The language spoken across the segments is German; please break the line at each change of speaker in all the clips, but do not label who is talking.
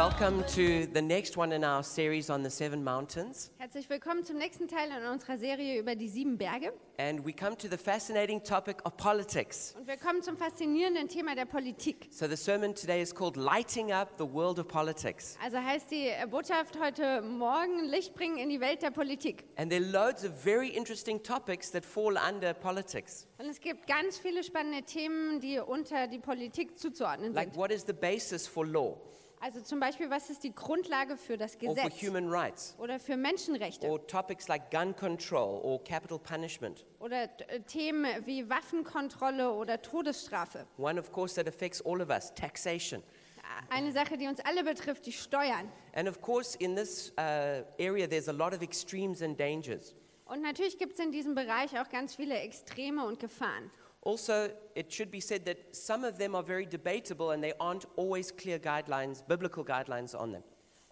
Welcome to the next one in our series on the seven mountains.
Herzlich willkommen zum nächsten Teil in unserer Serie über die sieben Berge.
And we come to the fascinating topic of politics.
Und wir kommen zum faszinierenden Thema der Politik.
So, the sermon today is called Lighting Up the World of Politics.
Also heißt die äh, Botschaft heute Morgen Licht bringen in die Welt der Politik.
And there are loads of very interesting topics that fall under politics.
Und es gibt ganz viele spannende Themen, die unter die Politik zuzuordnen
Like,
sind.
what is the basis for law,
Also zum Beispiel, was ist die Grundlage für das
or Oh, for
Gesetz
human Oh. rights,
oder für Menschenrechte
or topics like gun control or capital punishment?
oder äh, Themen wie Waffenkontrolle oder Todesstrafe.
One, of course, that affects all of us taxation.
Eine Sache, die uns alle betrifft, die Steuern.
And of course, in this uh, area, there's a lot of extremes and dangers.
Und natürlich gibt es in diesem Bereich auch ganz viele Extreme und Gefahren.
Also, it should be said that some of them are very debatable and they aren't always clear guidelines, biblical guidelines on them.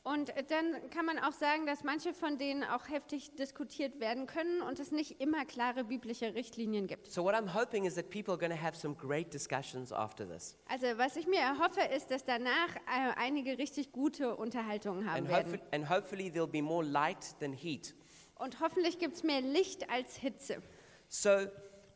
Und dann kann man auch sagen, dass manche von denen auch heftig diskutiert werden können und es nicht immer klare biblische Richtlinien gibt.
So, what I'm hoping is that people are going to have some great discussions after this.
Also was ich mir erhoffe, ist, dass danach äh, einige richtig gute Unterhaltungen haben
And,
werden.
hopef- and hopefully, there'll be more light than heat.
Und hoffentlich gibt es mehr Licht als Hitze.
So,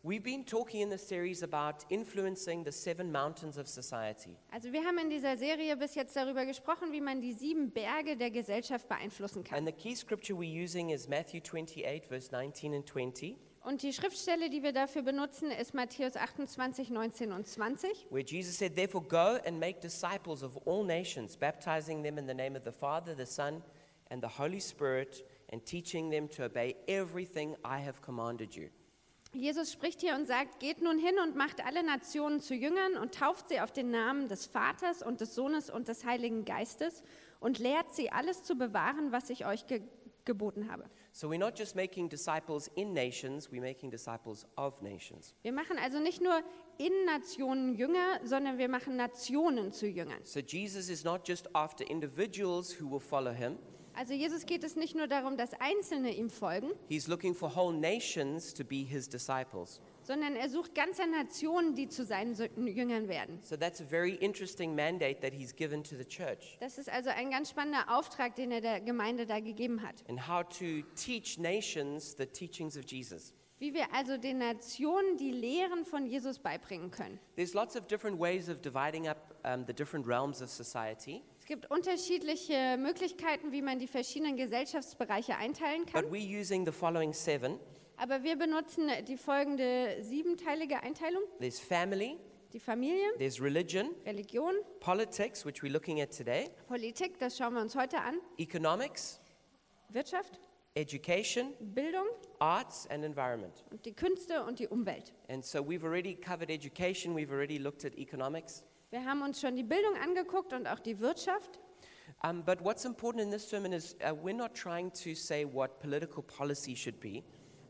we've been talking in this series about influencing the seven mountains of society.
Also wir haben in dieser Serie bis jetzt darüber gesprochen, wie man die sieben Berge der Gesellschaft beeinflussen kann.
And the key scripture we're using is Matthew 28, verse 19 and 20,
Und die Schriftstelle, die wir dafür benutzen, ist Matthäus 28, 19 und 20.
where Jesus said, Therefore, go and make disciples of all nations, baptizing them in the name of the Father, the Son, and the Holy Spirit, and teaching them to obey everything I have commanded you.
Jesus spricht hier und sagt, geht nun hin und macht alle Nationen zu Jüngern und tauft sie auf den Namen des Vaters und des Sohnes und des Heiligen Geistes und lehrt sie alles zu bewahren, was ich euch ge geboten habe.
So, we're not just making disciples in nations, we're making disciples of nations.
Wir machen also nicht nur in Nationen Jünger, sondern wir machen Nationen zu Jüngern.
So, Jesus is not just after individuals who will follow him,
Also Jesus geht es nicht nur darum, dass Einzelne ihm folgen,
he's looking for whole nations to be his disciples.
sondern er sucht ganze Nationen, die zu seinen Jüngern werden.
So, that's a very interesting mandate that he's given to the church.
Das ist also ein ganz spannender Auftrag, den er der Gemeinde da gegeben hat.
and how to teach nations the teachings of Jesus.
Wie wir also den Nationen die Lehren von Jesus beibringen können.
There's lots of different ways of dividing up um, the different realms of society,
Es gibt unterschiedliche Möglichkeiten, wie man die verschiedenen Gesellschaftsbereiche einteilen
but
kann.
we're using the following seven
Aber wir benutzen die folgende siebenteilige Einteilung.
there's family,
Die Familie,
there's religion,
Religion,
politics, which we're looking at today,
Politik, das schauen wir uns heute an,
economics,
Wirtschaft,
education,
Bildung
arts, and environment.
und die Künste und die Umwelt.
And so we've already covered education, we've already looked at economics.
Wir haben uns schon die Bildung angeguckt und auch die Wirtschaft.
Um, but what's important in this sermon is uh, we're not trying to say what political policy should be.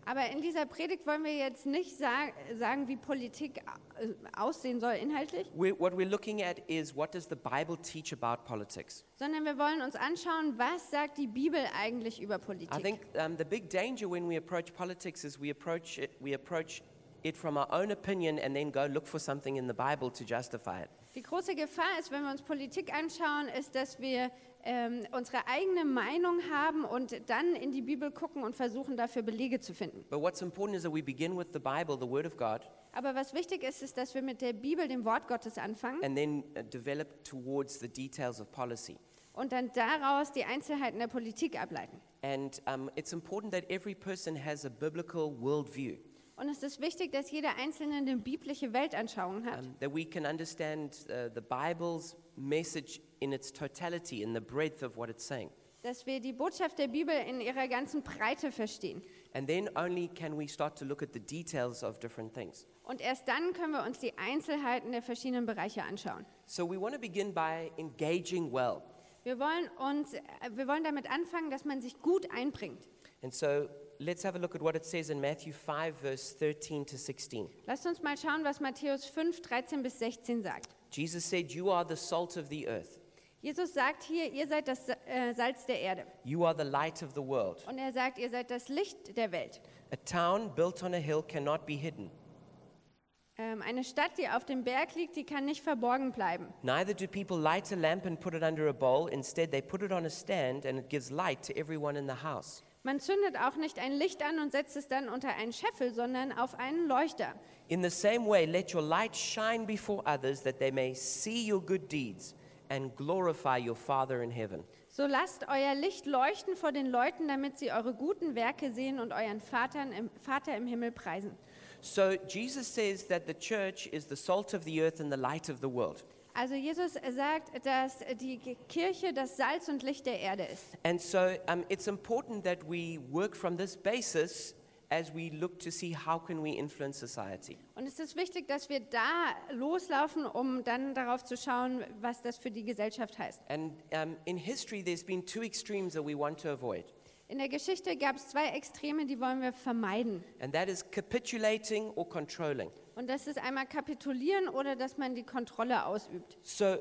Aber in dieser Predigt wollen wir jetzt nicht sa- sagen, wie Politik äh, aussehen soll inhaltlich.
we what we're looking at is what does the Bible teach about politics?
sondern wir wollen uns anschauen, was sagt die Bibel eigentlich über
I
Politik.
think um, the big danger when we approach politics is we approach it, we approach it from our own opinion and then go look for something in the Bible to justify it.
Die große Gefahr ist, wenn wir uns Politik anschauen, ist, dass wir ähm, unsere eigene Meinung haben und dann in die Bibel gucken und versuchen, dafür Belege zu finden.
But what's important is that we begin with the Bible, the Word of God,
Aber was wichtig ist, ist, dass wir mit der Bibel, dem Wort Gottes, anfangen
and then uh, develop towards the details of policy.
und dann daraus die Einzelheiten der Politik ableiten.
And um, it's important that every person has a biblical worldview,
Und es ist wichtig, dass jeder Einzelne eine biblische Weltanschauung hat.
um, that we can understand uh, the Bible's message in its totality, in the breadth of what it's saying.
Dass wir die Botschaft der Bibel in ihrer ganzen Breite verstehen.
And then only can we start to look at the details of different things.
Und erst dann können wir uns die Einzelheiten der verschiedenen Bereiche anschauen.
So we want to begin by engaging well.
Wir wollen, uns, äh, wir wollen damit anfangen, dass man sich gut einbringt.
And so let's have a look at what it says in Matthew 5, verse 13 to 16.
Lasst uns mal schauen, was Matthäus 5, 13 bis 16 sagt.
Jesus said, You are the salt of the earth,
Jesus sagt hier, ihr seid das äh, Salz der Erde.
you are the light of the world.
Und er sagt, ihr seid das Licht der Welt.
A town built on a hill cannot be hidden.
Äh, Ähm, eine Stadt, die auf dem Berg liegt, die kann nicht verborgen bleiben.
Neither do people light a lamp and put it under a bowl. Instead, they put it on a stand and it gives light to everyone in the house.
Man zündet auch nicht ein Licht an und setzt es dann unter einen Scheffel, sondern auf einen Leuchter.
In the same way, let your light shine before others that they may see your good deeds and glorify your Father in heaven.
So lasst euer Licht leuchten vor den Leuten, damit sie eure guten Werke sehen und euren Vater im, Vater im Himmel preisen.
So, Jesus says that the church is the salt of the earth and the light of the world.
Also Jesus sagt, dass die Kirche das Salz und Licht der Erde ist.
And so, um, it's important that we work from this basis as we look to see how can we influence society.
Und es ist wichtig, dass wir da loslaufen, um dann darauf zu schauen, was das für die Gesellschaft heißt.
And um, in history, there's been two extremes that we want to avoid,
In der Geschichte gab es zwei Extreme, die wollen wir vermeiden.
and that is capitulating or controlling.
Und das ist einmal kapitulieren oder dass man die Kontrolle ausübt.
So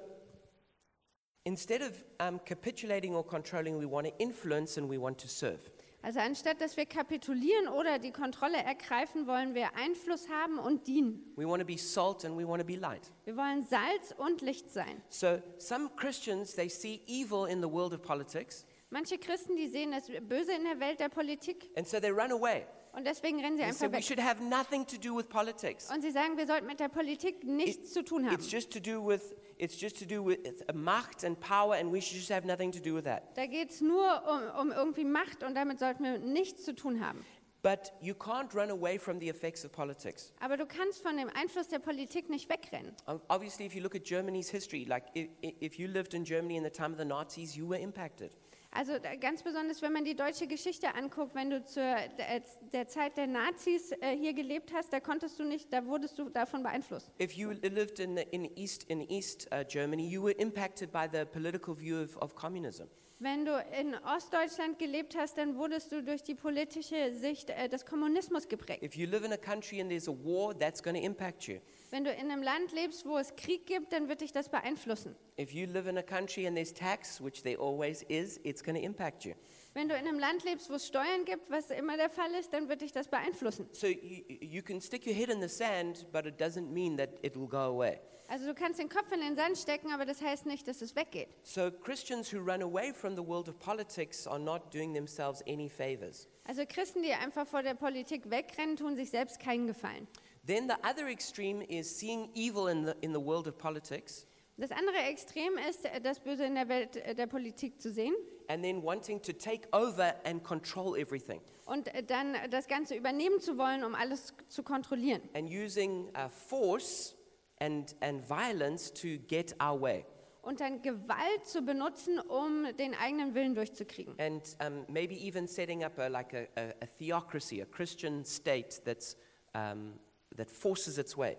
instead of um, capitulating or controlling, we want to influence and we want to serve.
Also anstatt dass wir kapitulieren oder die Kontrolle ergreifen, wollen wir Einfluss haben und dienen.
We want to be salt and we want to be light.
Wir wollen Salz und Licht sein.
So some Christians, they see evil in the world of politics,
Manche Christen, die sehen das Böse in der Welt der Politik
and so they run away.
und deswegen rennen sie
They say
einfach
we
weg.
should have nothing to do with politics.
Und sie sagen, wir sollten mit der Politik nichts zu tun haben.
It's just to do with it's just to do with uh, macht and power, and we should just have nothing to do with that.
Da geht es nur um, um irgendwie Macht und damit sollten wir nichts zu tun haben.
But you can't run away from the effects of politics.
Aber du kannst von dem Einfluss der Politik nicht wegrennen.
Um, Obviously, if you look at Germany's history, like if, if you lived in Germany in the time of the Nazis, you were impacted.
Also da- ganz besonders, wenn man die deutsche Geschichte anguckt, wenn du zur der, der Zeit der Nazis äh, hier gelebt hast, da konntest du nicht, da wurdest du davon beeinflusst.
If you lived in, the, in East, in East uh, Germany, you were impacted by the political view of, of communism.
Wenn du in Ostdeutschland gelebt hast, dann wurdest du durch die politische Sicht äh, des Kommunismus geprägt.
If you live in a country and there's a war, that's going to impact you.
Wenn du in einem Land lebst, wo es Krieg gibt, dann wird dich das beeinflussen.
If you live in a country and there's tax, which there always is, it's going to impact you.
Wenn du in einem Land lebst, wo es Steuern gibt, was immer der Fall ist, dann wird dich das beeinflussen.
So you, you can stick your head in the sand, but it doesn't mean that it will go away.
Also du kannst den Kopf in den Sand stecken, aber das heißt nicht, dass es weggeht.
So Christians who run away from the world of politics are not doing themselves any favors.
Also Christen, die einfach vor der Politik wegrennen, tun sich selbst keinen Gefallen.
Then the other extreme is seeing evil in the, in the world of politics
Das andere Extrem ist, äh, das Böse in der Welt äh, der Politik zu sehen
and then wanting to take over and control everything
und äh, dann äh, das Ganze übernehmen zu wollen, um alles zu kontrollieren.
and using uh, force and, and violence to get our way.
Und dann Gewalt zu benutzen, um den eigenen Willen durchzukriegen.
And um, maybe even setting up a, like a, a, a theocracy, a Christian state that's, um, that forces its way.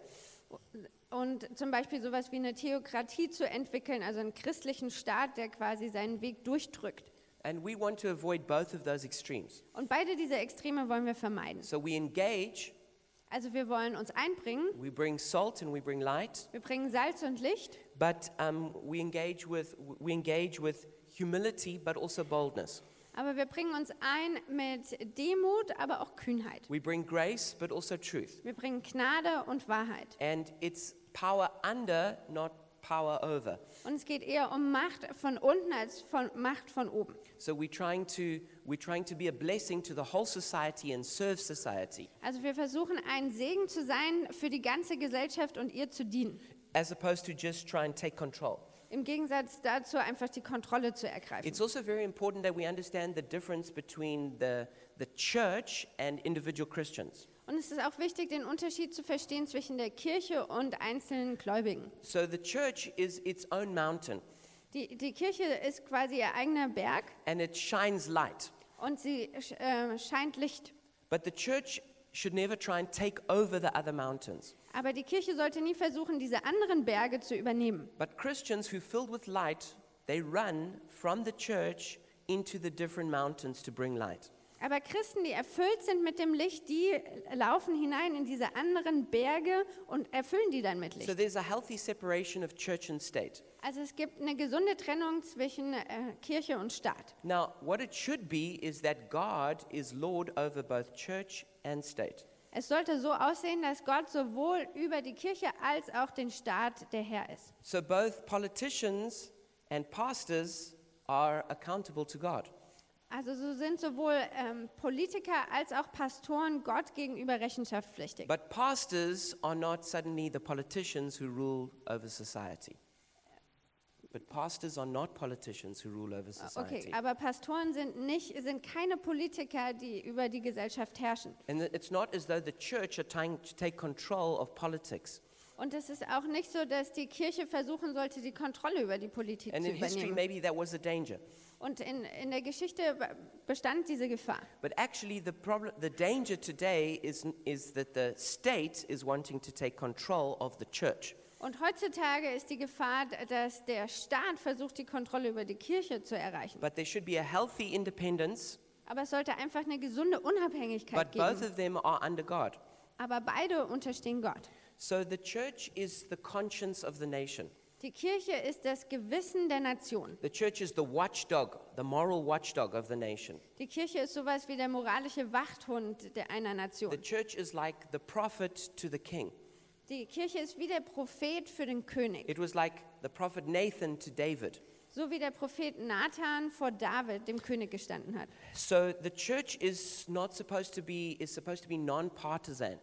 Und zum Beispiel sowas wie eine Theokratie zu entwickeln, also einen christlichen Staat, der quasi seinen Weg durchdrückt.
And we want to avoid both of those extremes.
Und beide diese Extreme wollen wir vermeiden.
So we engage,
Also wir wollen uns einbringen,
we bring salt and we bring light,
wir bringen Salz und Licht,
but um, we, engage with, we engage with humility but also boldness.
aber wir bringen uns ein mit Demut, aber auch Kühnheit.
We bring grace but also truth.
Wir bringen Gnade und Wahrheit.
And it's power under, not power over.
Und es geht eher um Macht von unten als von Macht von oben.
So we're trying to, we're trying to be a blessing to the whole society and serve society,
Also wir versuchen ein Segen zu sein für die ganze Gesellschaft und ihr zu dienen.
as opposed to just try and take control.
Im Gegensatz dazu einfach die Kontrolle zu ergreifen.
It's also very important that we understand the difference between the, the church and individual Christians.
Und es ist auch wichtig, den Unterschied zu verstehen zwischen der Kirche und einzelnen Gläubigen.
So the church is its own mountain
Die, die Kirche ist quasi ihr eigener Berg
and it shines light.
und sie sch- äh, scheint Licht.
But the church should never try and take over the other mountains.
Aber die Kirche sollte nie versuchen, diese anderen Berge zu übernehmen.
But Christians who filled with light, they run from the church into the different mountains to bring light.
Aber Christen, die erfüllt sind mit dem Licht, die laufen hinein in diese anderen Berge und erfüllen die dann mit
So
Licht.
there's a healthy separation of church and state.
Also es gibt eine gesunde Trennung zwischen äh, Kirche und Staat.
Now, what it should be is that God is Lord over both church and state.
Es sollte so aussehen, dass Gott sowohl über die Kirche als auch den Staat der Herr ist.
So both politicians and pastors are accountable to God.
Also so sind sowohl ähm, Politiker als auch Pastoren Gott gegenüber rechenschaftspflichtig.
But pastors are not suddenly the politicians who rule over society. But pastors are not politicians who rule over
Okay,
society.
aber Pastoren sind, nicht, sind keine Politiker, die über die Gesellschaft herrschen.
and it's not as though the church are trying to take control of politics.
Und es ist auch nicht so, dass die Kirche versuchen sollte, die Kontrolle über die Politik
And
zu
in history,
übernehmen.
maybe that was a danger.
Und in, in der Geschichte be- bestand diese Gefahr.
But actually, the, problem, the danger today is, is that the state is wanting to take control of the church.
Und heutzutage ist die Gefahr, d- dass der Staat versucht, die Kontrolle über die Kirche zu erreichen.
But there should be a healthy independence,
Aber es sollte einfach eine gesunde Unabhängigkeit
but both
geben.
of them are under God.
Aber beide unterstehen Gott.
So the church is the conscience of the nation.
Die Kirche ist das Gewissen der Nation.
The church is the watchdog, the moral watchdog of the nation.
Die Kirche ist sowas wie der moralische Wachthund der einer
The
Nation.
church is like the prophet to the king.
Die Kirche ist wie der Prophet für den König,
It was like the prophet Nathan to David.
so wie der Prophet Nathan vor David, dem König, gestanden hat.
So the church is not supposed to be is supposed to be non-partisan.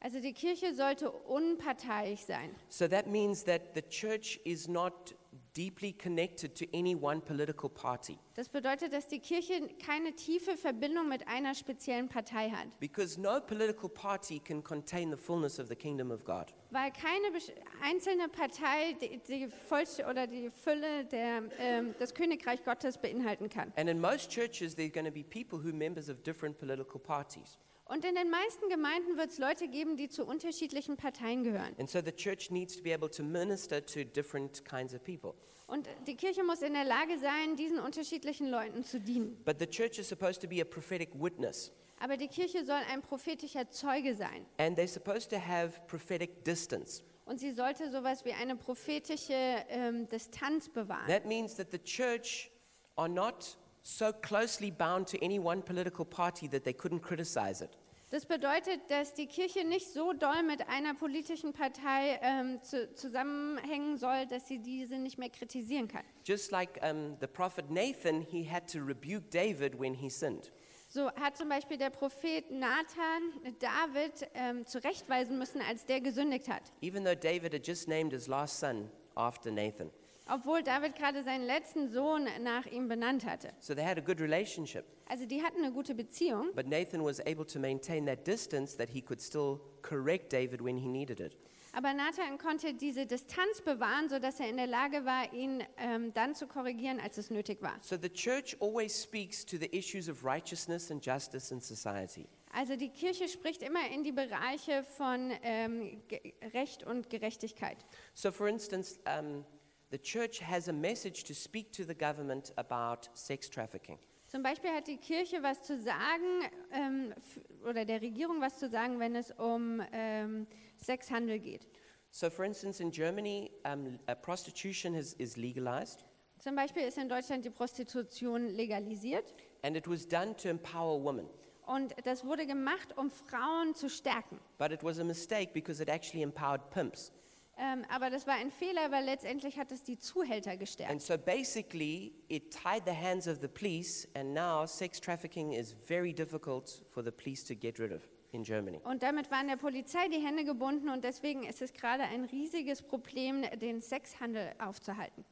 Also die Kirche sollte unparteiisch sein.
So that means that the church is not deeply connected to any one political party
Das bedeutet, dass die Kirche keine tiefe Verbindung mit einer speziellen Partei hat,
because no political party can contain the fullness of the kingdom of God.
weil keine besch- einzelne Partei die, die Vollst oder die Fülle der, ähm, des Königreich Gottes beinhalten kann.
And in most churches there are going to be people who are members of different political parties.
Und in den meisten Gemeinden wird es Leute geben, die zu unterschiedlichen Parteien gehören.
And so the church needs to be able to minister to different kinds of people.
Und die Kirche muss in der Lage sein, diesen unterschiedlichen Leuten zu dienen.
But the church is supposed to be a prophetic witness
Aber die Kirche soll ein prophetischer Zeuge sein.
and they're supposed to have prophetic distance.
Und sie sollte sowas wie eine prophetische ähm, Distanz bewahren.
That means that the church are not so closely bound to any one political party that they couldn't criticize it.
Das bedeutet, dass die Kirche nicht so doll mit einer politischen Partei ähm, zu, zusammenhängen soll, dass sie diese nicht mehr kritisieren kann.
Just like um, the prophet Nathan, he had to rebuke David when he sinned.
So hat zum Beispiel der Prophet Nathan David ähm, zurechtweisen müssen, als der gesündigt hat.
Even though David had just named his last son after Nathan.
Obwohl David gerade seinen letzten Sohn nach ihm benannt hatte.
So they had a good relationship.
Also die hatten eine gute Beziehung,
But Nathan was able to maintain that distance that he could still correct David when he needed it.
aber Nathan konnte diese Distanz bewahren, sodass er in der Lage war, ihn ähm, dann zu korrigieren, als es nötig war.
So the church always speaks to the issues of righteousness and justice in society.
Also die Kirche spricht immer in die Bereiche von ähm, Ge- Recht und Gerechtigkeit.
So, for instance, um, the church has a message to speak to the government about sex trafficking.
Zum Beispiel hat die Kirche was zu sagen ähm, f- oder der Regierung was zu sagen, wenn es um ähm, Sexhandel geht.
So, for instance, in Germany, um, uh, prostitution is, is legalized,
Zum Beispiel ist in Deutschland die Prostitution legalisiert
and it was done to empower women.
und das wurde gemacht, um Frauen zu stärken.
But it was a mistake because it actually empowered pimps.
Ähm, aber das war ein Fehler, weil letztendlich hat es die Zuhälter gestärkt.
And so basically, it tied the hands of the police, and now sex trafficking is very difficult for the police to get rid of in Germany.
Und damit waren der Polizei die Hände gebunden und deswegen ist es gerade ein riesiges Problem, den Sexhandel aufzuhalten.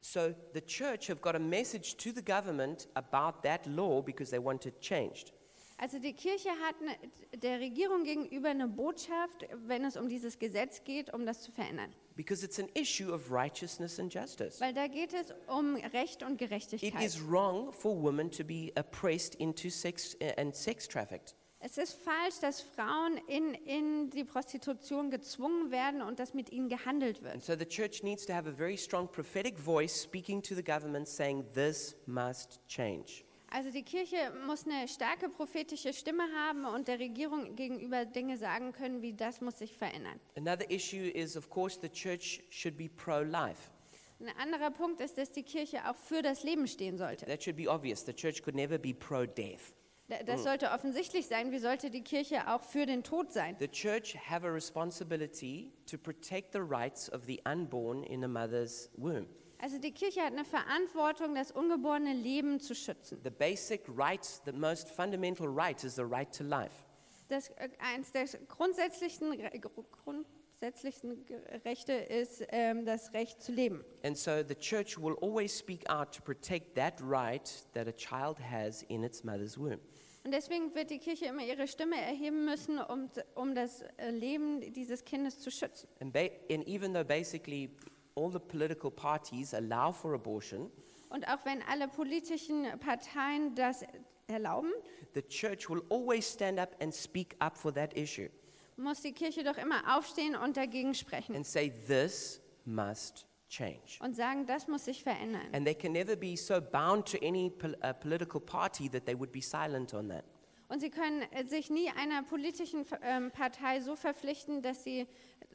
So the church have got a message to the government about that law because they want it changed.
Also die Kirche hat ne- der Regierung gegenüber eine Botschaft, wenn es um dieses Gesetz geht, um das zu verändern.
Because it's an issue of righteousness and justice.
Weil da geht es um Recht und
It
Gerechtigkeit.
is wrong for women to be oppressed into sex eh, and sex trafficked.
Es ist falsch, dass Frauen in, in die Prostitution gezwungen werden und dass mit ihnen gehandelt wird.
And so the church needs to have a very strong prophetic voice speaking to the government saying this must change.
Also die Kirche muss eine starke prophetische Stimme haben und der Regierung gegenüber Dinge sagen können, wie das muss sich verändern.
Another issue is, of course, the church should be pro life.
Ein anderer Punkt ist, dass die Kirche auch für das Leben stehen sollte.
That should be obvious. The church could never be pro death.
Da- Das sollte offensichtlich sein. Wie sollte die Kirche auch für den Tod sein?
The church have a responsibility to protect the rights of the unborn in a mother's womb.
Also die Kirche hat eine Verantwortung, das ungeborene Leben zu schützen.
The basic rights, the most fundamental right is the right to life.
Das, äh, eins der grundsätzlichen, Re- gru- grundsätzlichen Ge- Rechte ist ähm, das Recht zu leben.
And so the church will always speak out to protect that right that a child has in its mother's womb.
Und deswegen wird die Kirche immer ihre Stimme erheben müssen, um, um das äh, Leben dieses Kindes zu schützen.
And, ba- and even though basically all the political parties allow for abortion,
Und auch wenn alle politischen Parteien das erlauben,
the church will always stand up and speak up for that issue
muss die Kirche doch immer aufstehen und dagegen sprechen
and say, this must change.
und sagen, das muss sich verändern.
And they can never be so bound to any pol- uh, political party that they would be silent on that.
Und sie können äh, sich nie einer politischen ähm, Partei so verpflichten, dass sie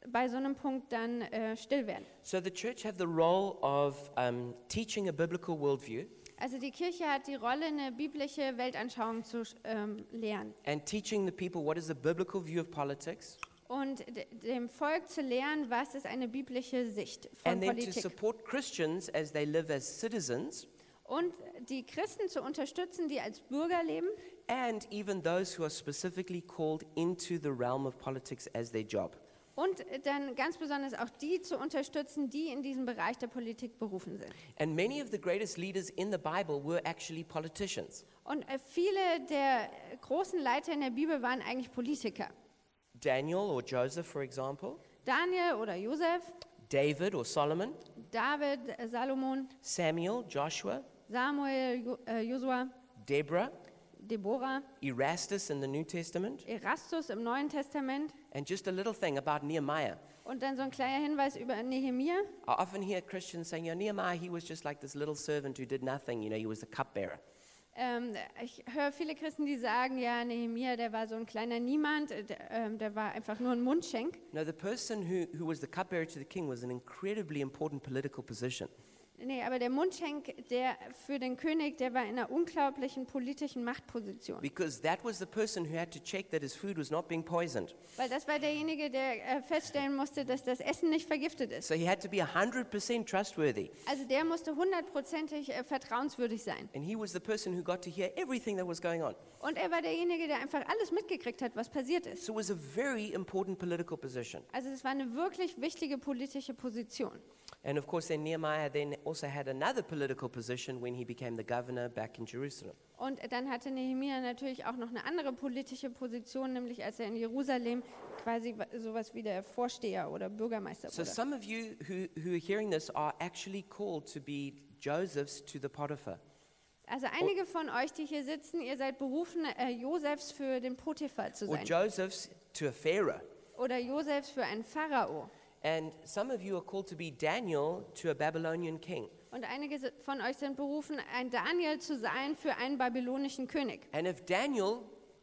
bei so einem Punkt dann äh, still werden.
So the church have the role of um, teaching a biblical worldview
Also die Kirche hat die Rolle, eine biblische Weltanschauung zu ähm, lehren
and teaching the people what is the biblical view of politics
und d- dem Volk zu lehren, was ist eine biblische Sicht von
and then to
Politik.
support Christians as they live as citizens
Und die Christen zu unterstützen, die als Bürger leben
and even those who are specifically called into the realm of politics as their job.
und dann ganz besonders auch die zu unterstützen, die in diesem Bereich der Politik berufen sind.
And many of the greatest leaders in the Bible were actually politicians.
Und äh, viele der äh, großen Leiter in der Bibel waren eigentlich Politiker.
Daniel or Joseph, for example,
Daniel oder Josef,
David or Solomon,
David, äh, Salomon,
Samuel, Joshua,
Samuel, Jo- äh, Josua,
Deborah,
Deborah,
Erastus in the New Testament,
Erastus im Neuen Testament
and just a little thing about Nehemiah.
und dann so ein kleiner Hinweis über Nehemia.
I often hear Christians saying, "Yeah, Nehemiah, he was just like this little servant who did nothing. You know, he was a cupbearer."
Ähm, ich höre viele Christen, die sagen, ja, Nehemia, der war so ein kleiner Niemand, äh, der, ähm, der war einfach nur ein Mundschenk.
No, the person who, who was the cupbearer to the king was an incredibly important political position.
Nee, aber der Mundschenk, der für den König, der war in einer unglaublichen politischen Machtposition.
Because that was the person who had to check that his food was not being poisoned.
Weil das war derjenige, der äh, feststellen musste, dass das Essen nicht vergiftet ist.
So he had to be 100% trustworthy.
Also der musste hundertprozentig äh, vertrauenswürdig sein.
And he was the person who got to hear everything that was going on.
Und er war derjenige, der einfach alles mitgekriegt hat, was passiert ist.
So it was a very important political position.
Also es war eine wirklich wichtige politische Position.
And of course, then Nehemiah then also had another political position when he became the governor back in Jerusalem.
Und dann hatte Nehemia natürlich auch noch eine andere politische Position, nämlich als er in Jerusalem quasi wa- sowas wie der Vorsteher oder Bürgermeister
So
wurde.
some of you who, who are hearing this are actually called to be Josephs to the Potiphar.
Also einige von euch, die hier sitzen, ihr seid berufen, äh, Josefs für den Potiphar zu
or
sein
Joseph's to a Pharaoh.
oder Josefs für einen Pharao.
And some of you are called to be Daniel to a Babylonian king.
Und einige si- von euch sind berufen, ein Daniel zu sein für einen babylonischen König.
And if Daniel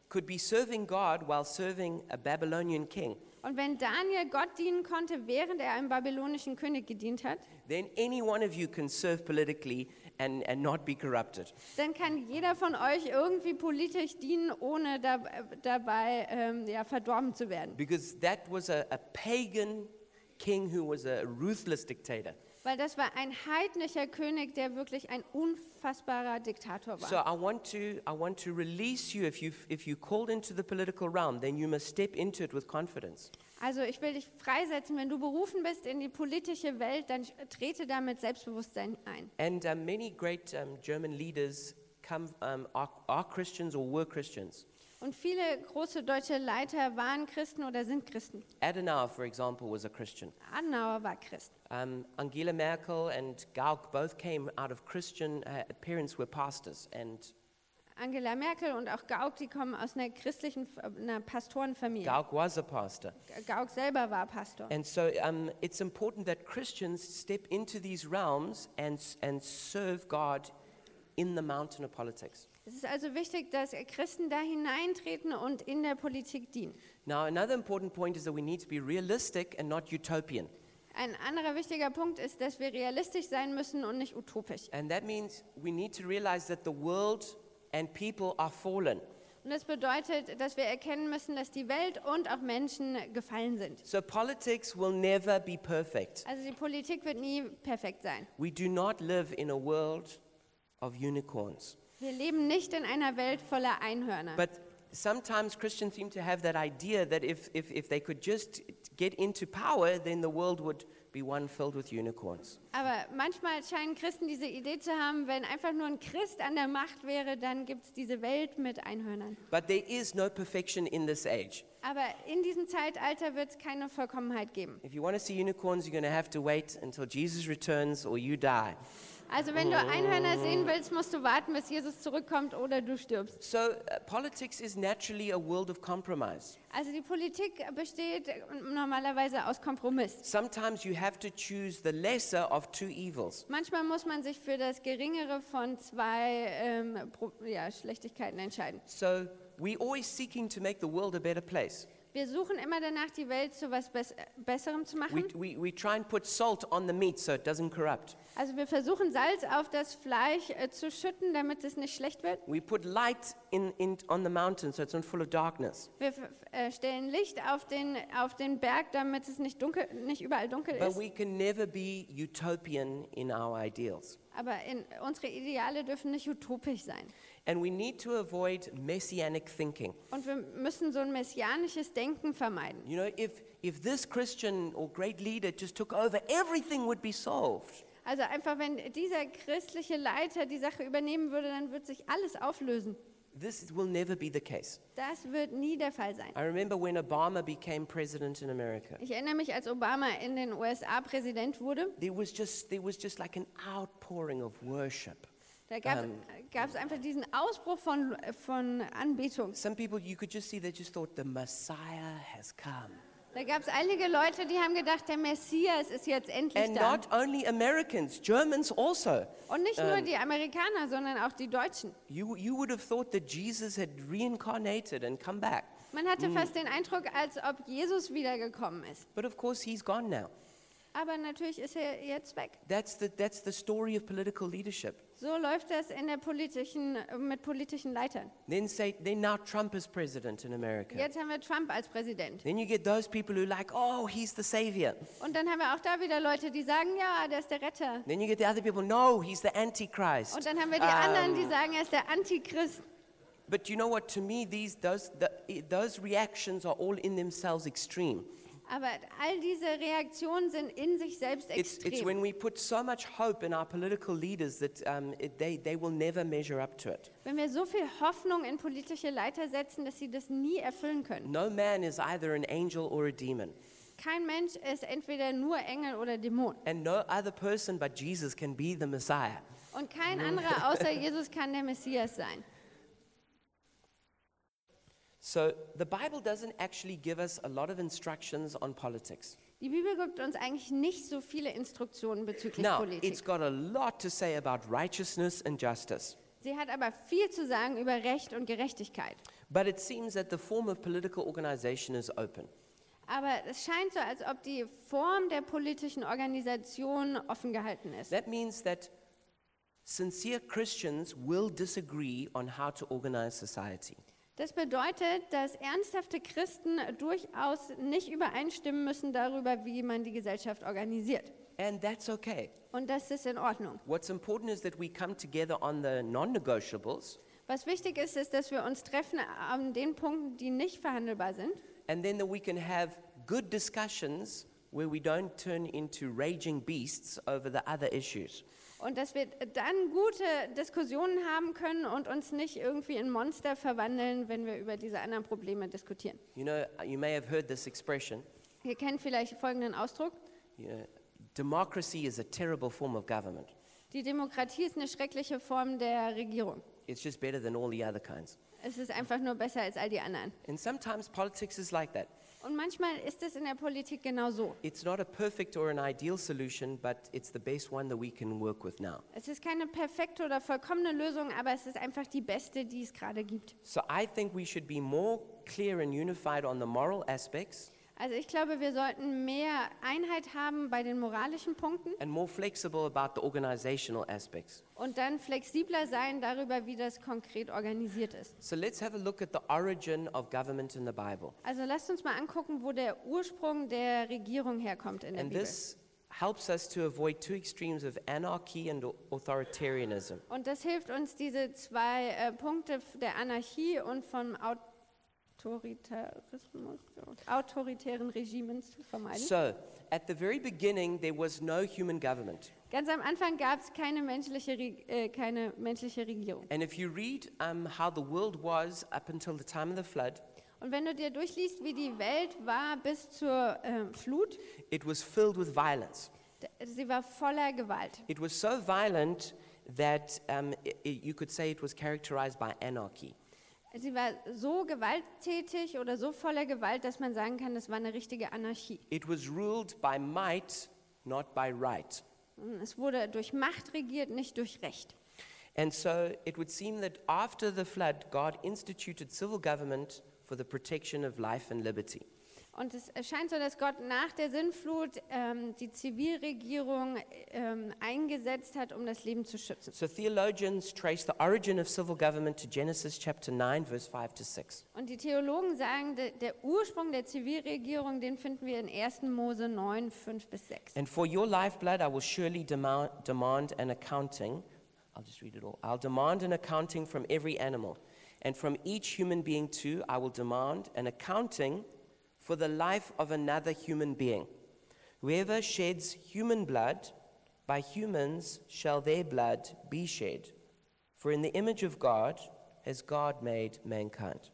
could be serving God while serving a Babylonian king,
Und wenn Daniel Gott dienen konnte, während er einem babylonischen König gedient hat,
then any one of you can serve politically and, and not be corrupted.
dann kann jeder von euch irgendwie politisch dienen, ohne da, dabei ähm, ja, verdorben zu werden.
Because that was a, a pagan king who was a ruthless dictator.
Weil das war ein heidnischer König, der wirklich ein unfassbarer Diktator war.
So I want to I want to release you if you if you called into the political realm then you must step into it with confidence.
Also ich will dich freisetzen, wenn du berufen bist in die politische Welt, dann trete da mit Selbstbewusstsein ein.
And uh, many great um, German leaders come um, are, are Christians or were Christians.
Und viele große deutsche Leiter waren Christen oder sind Christen.
Adenauer, for example, was a Christian.
Adenauer war Christ.
Um, Angela Merkel and Gauck both came out of Christian uh, parents were pastors and
Angela Merkel und auch Gauck, die kommen aus einer christlichen, einer Pastorenfamilie.
Gauck was a pastor.
Gauck selber war Pastor.
And so um, it's important that Christians step into these realms and, s- and serve God in the mountain of politics.
Es ist also wichtig, dass Christen da hineintreten und in der Politik dienen.
Now, another important point is that we need to be realistic and not utopian.
Ein anderer wichtiger Punkt ist, dass wir realistisch sein müssen und nicht utopisch.
And that means we need to realize that the world and people are fallen.
Und das bedeutet, dass wir erkennen müssen, dass die Welt und auch Menschen gefallen sind.
So politics will never be perfect.
Also die Politik wird nie perfekt sein.
We do not live in a world of unicorns.
Wir leben nicht in einer Welt voller Einhörner.
But sometimes Christians seem to have that idea that if, if, if they could just get into power, then the world would be one filled with unicorns.
Aber manchmal scheinen Christen diese Idee zu haben, wenn einfach nur ein Christ an der Macht wäre, dann gibt es diese Welt mit Einhörnern.
But there is no perfection in this age.
Aber in diesem Zeitalter wird es keine Vollkommenheit geben.
If you want to see unicorns, you're going to have to wait until Jesus returns or you die.
Also wenn du Einhörner sehen willst, musst du warten, bis Jesus zurückkommt oder du stirbst.
So uh, politics is naturally a world of compromise.
Also die Politik besteht normalerweise aus Kompromiss.
Sometimes you have to choose the lesser of two evils.
Manchmal muss man sich für das Geringere von zwei ähm, Pro- ja, Schlechtigkeiten entscheiden.
So we're always seeking to make the world a better place.
Wir suchen immer danach, die Welt zu was Bess äh, Besserem zu
We,
machen.
we, we try and put salt on the meat so it doesn't corrupt.
Also wir versuchen Salz auf das Fleisch äh, zu schütten, damit es nicht schlecht wird.
We put light in, in, on the mountain so it's not full of darkness.
Wir f- f- äh, stellen Licht auf den, auf den Berg, damit es nicht, dunkel, nicht überall dunkel
But
ist.
we can never be utopian in our ideals.
Aber in, unsere Ideale dürfen nicht utopisch sein.
And we need to avoid messianic thinking.
Und wir müssen so ein messianisches Denken vermeiden.
You know, if, if this Christian or great leader just took over, everything would be solved.
Also einfach, wenn dieser christliche Leiter die Sache übernehmen würde, dann wird sich alles auflösen.
This will never be the case.
Das wird nie der Fall sein.
I remember when Obama became president in America.
Ich erinnere mich, als Obama in den USA Präsident wurde,
There was just, there was just like an outpouring of worship.
da gab
Ähm.
es einfach diesen Ausbruch von, von Anbetung.
Some people, you could just see, they just thought, the Messiah has come.
Da gab es einige Leute, die haben gedacht, der Messias ist jetzt endlich
And
da.
not only Americans, Germans also.
Und nicht nur die Amerikaner, sondern auch die Deutschen.
You, you would have thought that Jesus had reincarnated and come back.
Man hatte
Mm.
fast den Eindruck, als ob Jesus wiedergekommen ist.
But of course, he's gone now.
Aber natürlich ist er jetzt weg.
That's the, that's the story of political leadership.
So läuft das in der politischen, mit politischen Leitern.
Then say, then now Trump is president in America.
Jetzt haben wir Trump als Präsident.
Then you get those people who like, oh, he's the savior.
Und dann haben wir auch da wieder Leute, die sagen, ja, der ist der Retter.
Then you get the other people, no, he's the antichrist.
Und dann haben wir die
Ähm.
anderen, die sagen, er ist der Antichrist.
But you know what? To me, these those the, i- those reactions are all in themselves extreme.
Aber all diese Reaktionen sind in sich selbst
It's it's
extrem.
when we put so much hope in our political leaders that um, it, they they will never measure up to it.
Wenn wir so viel Hoffnung in politische Leiter setzen, dass sie das nie erfüllen können.
No man is either an angel or a demon,
Kein Mensch ist entweder nur Engel oder Dämon.
and no other person but Jesus can be the Messiah.
Und kein anderer außer Jesus kann der Messias sein.
So the Bible doesn't actually give us a lot of instructions on politics.
Die Bibel gibt uns eigentlich nicht so viele Instruktionen bezüglich
Now,
Politik.
it's got a lot to say about righteousness and justice.
Sie hat aber viel zu sagen über Recht und Gerechtigkeit.
But it seems that the form of political organization is open.
Aber es scheint so, als ob die Form der politischen Organisation offen gehalten ist.
That means that sincere Christians will disagree on how to organize society.
Das bedeutet, dass ernsthafte Christen durchaus nicht übereinstimmen müssen darüber, wie man die Gesellschaft organisiert.
And that's okay.
Und das ist in Ordnung.
What's important is that we come together on the non negotiables,
Was wichtig ist, ist, dass wir uns treffen an den Punkten, die nicht verhandelbar sind.
and then that we can have good discussions where we don't turn into raging beasts over the other issues.
Und dass wir dann gute Diskussionen haben können und uns nicht irgendwie in Monster verwandeln, wenn wir über diese anderen Probleme diskutieren.
You know, uh, you may have heard this expression
Ihr kennt vielleicht folgenden Ausdruck.
you know, democracy is a terrible form of government.
Die Demokratie ist eine schreckliche Form der Regierung.
It's just better than all the other kinds.
Es ist einfach nur besser als all die anderen.
And sometimes politics is like that.
Und manchmal ist es in der Politik genau so.
It's not a perfect or an ideal solution, but it's the best one that we can work with now.
Es ist keine perfekte oder vollkommene Lösung, aber es ist einfach die beste, die es gerade gibt.
So I think we should be more clear and unified on the moral aspects,
Also ich glaube, wir sollten mehr Einheit haben bei den moralischen Punkten
and more flexible about the organizational aspects.
und dann flexibler sein darüber, wie das konkret organisiert ist.
So let's have a look at the origin of government in the Bible.
Also lasst uns mal angucken, wo der Ursprung der Regierung herkommt in der
And
Bibel.
this helps us to avoid two extremes of anarchy and authoritarianism.
Und das hilft uns, diese zwei äh, Punkte f- der Anarchie und vom Autoritarismus, autoritären Regimen zu vermeiden.
So, at the very beginning, there was no human government.
Ganz am Anfang gab es keine menschliche, Re- äh, keine menschliche Regierung.
And if you read um, how the world was up until the time of the flood,
Und wenn du dir durchliest, wie die Welt war bis zur äh, Flut,
it was filled with violence.
d- sie war voller Gewalt.
It was so violent that um, i- i- you could say it was characterized by anarchy.
Sie war so gewalttätig oder so voller Gewalt, dass man sagen kann, das war eine richtige Anarchie.
It was ruled by might, not by right.
Es wurde durch Macht regiert, nicht durch Recht.
And so it would seem that after the flood, God instituted civil government for the protection of life and liberty.
Und es scheint so, dass Gott nach der Sintflut ähm, die Zivilregierung ähm, eingesetzt hat, um das Leben zu schützen.
So theologians trace the origin of civil government to Genesis chapter 9, verse 5 to 6.
Und die Theologen sagen, de, der Ursprung der Zivilregierung, den finden wir in 1. Mose 9, 5 bis 6.
And for your lifeblood I will surely demand, demand an accounting. I'll just read it all. I'll demand an accounting from every animal. And from each human being too, I will demand an accounting for the life of another human being. Whoever sheds human blood, by humans shall their blood be shed. For in the image of God has God made mankind.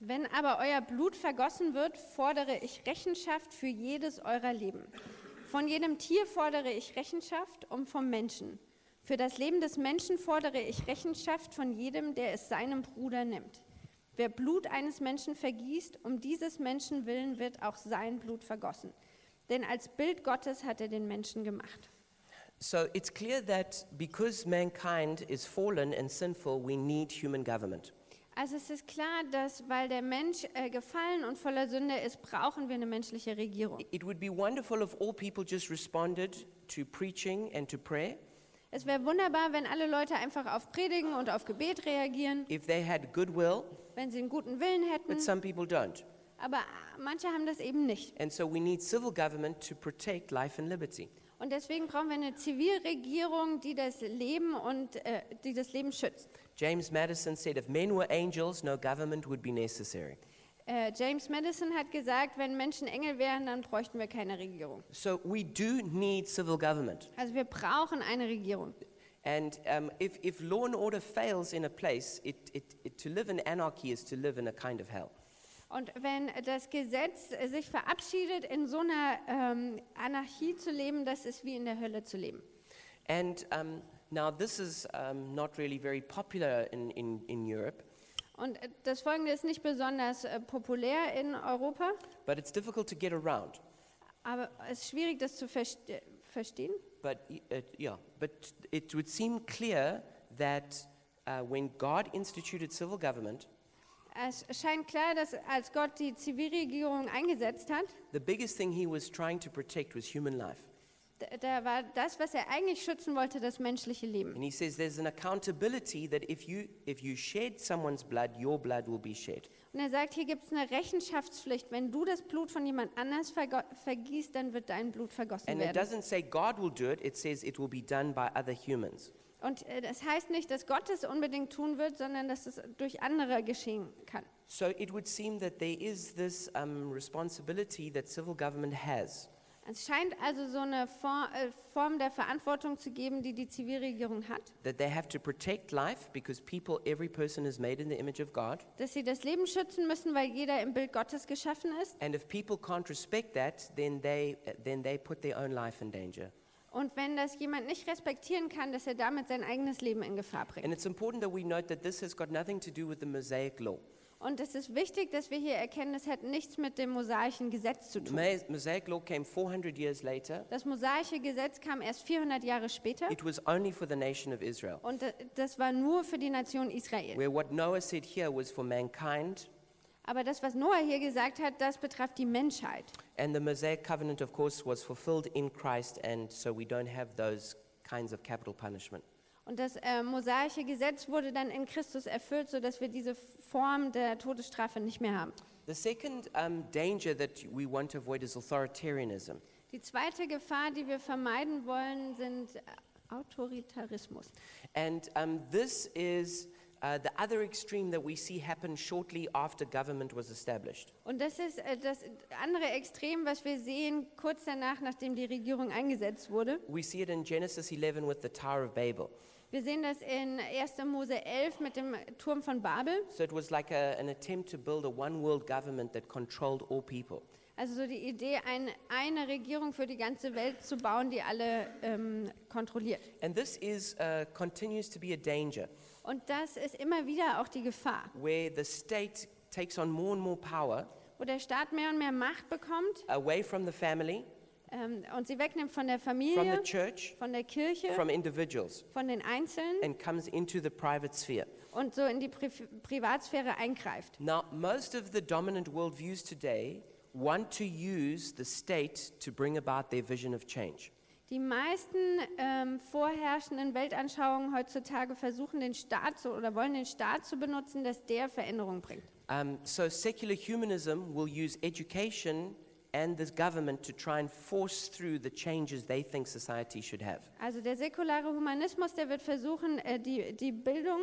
Wenn aber euer Blut vergossen wird, fordere ich Rechenschaft für jedes eurer Leben. Von jedem Tier fordere ich Rechenschaft und vom Menschen. Für das Leben des Menschen fordere ich Rechenschaft von jedem, der es seinem Bruder nimmt. Wer Blut eines Menschen vergießt, um dieses Menschen willen wird auch sein Blut vergossen. Denn als Bild Gottes hat er den Menschen gemacht.
So it's clear that because mankind is fallen and sinful, we need human government.
Also es ist klar, dass weil der Mensch äh, gefallen und voller Sünde ist, brauchen wir eine menschliche Regierung.
It would be wonderful if all people just responded to preaching and to prayer,
Es wäre wunderbar, wenn alle Leute einfach auf Predigen und auf Gebet reagieren,
if they had goodwill,
wenn sie einen guten Willen hätten.
but some people don't.
Aber manche haben das eben nicht.
And so we need civil government to protect life and liberty.
Und deswegen brauchen wir eine Zivilregierung, die das Leben und äh, die das Leben schützt.
James Madison said if men were angels, no government would be necessary.
Äh, James Madison hat gesagt, wenn Menschen Engel wären, dann bräuchten wir keine Regierung.
So we do need civil government.
Also wir brauchen eine Regierung.
And um, if, if law and order fails in a place, it, it, it, to live in anarchy is to live in a kind of hell.
Und wenn das Gesetz äh, sich verabschiedet, in so einer ähm, Anarchie zu leben, das ist wie in der Hölle zu leben.
And um, now this is um, not really very popular in, in, in Europe,
Und äh, das Folgende ist nicht besonders äh, populär in Europa,
but it's difficult to get around.
aber es ist schwierig, das zu verste verstehen.
But y- it, yeah, but it would seem clear that uh, when God instituted civil government,
Es scheint klar, dass als Gott die Zivilregierung eingesetzt hat,
the biggest thing He was trying to protect was human life.
d- da war das, was er eigentlich schützen wollte, das menschliche Leben.
And He says there's an accountability that if you if you shed someone's blood, your blood will be shed.
Und er sagt, hier gibt es eine Rechenschaftspflicht. Wenn du das Blut von jemand anders vergo- vergießt, dann wird dein Blut vergossen
And it
werden.
doesn't say God will do it; it says it will be done by other humans.
Und äh, das heißt nicht, dass Gott es unbedingt tun wird, sondern dass es durch andere geschehen kann.
So it would seem that there is this um, responsibility that civil government has.
Es scheint also so eine For äh, Form der Verantwortung zu geben, die die Zivilregierung hat,
That they have to protect life because people, every person is made in the image of God.
dass sie das Leben schützen müssen, weil jeder im Bild Gottes geschaffen ist.
And if people can't respect that, then they, then they put their own life in danger.
Und wenn das jemand nicht respektieren kann, dass er damit sein eigenes Leben in Gefahr bringt.
And it's important that we note that this has got nothing to do with the Mosaic law.
Und es ist wichtig, dass wir hier erkennen, das hat nichts mit dem mosaischen Gesetz zu
The
tun.
Ma- Mosaic law came 400 years later.
Das mosaische Gesetz kam erst 400 Jahre später
It was only for the nation of Israel,
und äh, das war nur für die Nation Israel.
where what Noah said here was for mankind
Aber das, was Noah hier gesagt hat, das betrifft die Menschheit.
And the Mosaic covenant, of course, was fulfilled in Christ, and so we don't have those kinds of capital punishment.
Und das äh, mosaische Gesetz wurde dann in Christus erfüllt, sodass wir diese Form der Todesstrafe nicht mehr haben.
The second um, danger that we want to avoid is authoritarianism.
Die zweite Gefahr, die wir vermeiden wollen, sind äh, Autoritarismus.
And um, this is uh, the other extreme that we see happen shortly after government was established.
Und das ist äh, das andere Extrem, was wir sehen, kurz danach, nachdem die Regierung eingesetzt wurde.
We see it in Genesis 11 with the Tower of Babel.
Wir sehen das in 1. Mose 11 mit dem Turm von Babel.
So it was like a, an attempt to build a one world government that controlled all people.
Also so die Idee, ein, eine Regierung für die ganze Welt zu bauen, die alle ähm, kontrolliert.
And this is, uh, continues to be a danger
Und das ist immer wieder auch die Gefahr,
where the state takes on more and more power
wo der Staat mehr und mehr Macht bekommt
away from the family,
ähm, und sie wegnimmt von der
from the
Familie,
church,
von der Kirche,
from individuals,
von den Einzelnen
and comes into the private sphere.
und so in die Pri Privatsphäre eingreift.
Now, most of the dominant worldviews today want to use the state to bring about their vision of change.
Die meisten ähm, vorherrschenden Weltanschauungen heutzutage versuchen den Staat zu, oder wollen den Staat zu benutzen, dass der Veränderung bringt.
Um, so, secular humanism will use education and the government to try and force through the changes they think society should have.
Also der säkulare Humanismus, der wird versuchen, äh, die, die Bildung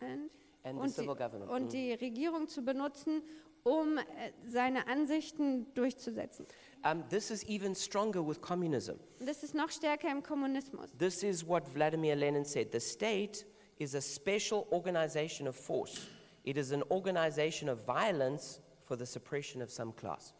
äh, and-
And the
und, die,
civil government, mm.
und die Regierung zu benutzen, um äh, seine Ansichten durchzusetzen.
Um, this is even stronger with communism.
Und das ist noch stärker im Kommunismus.
This is what Vladimir Lenin said the state is a special organization of force, it is an organization of violence for the suppression of some class.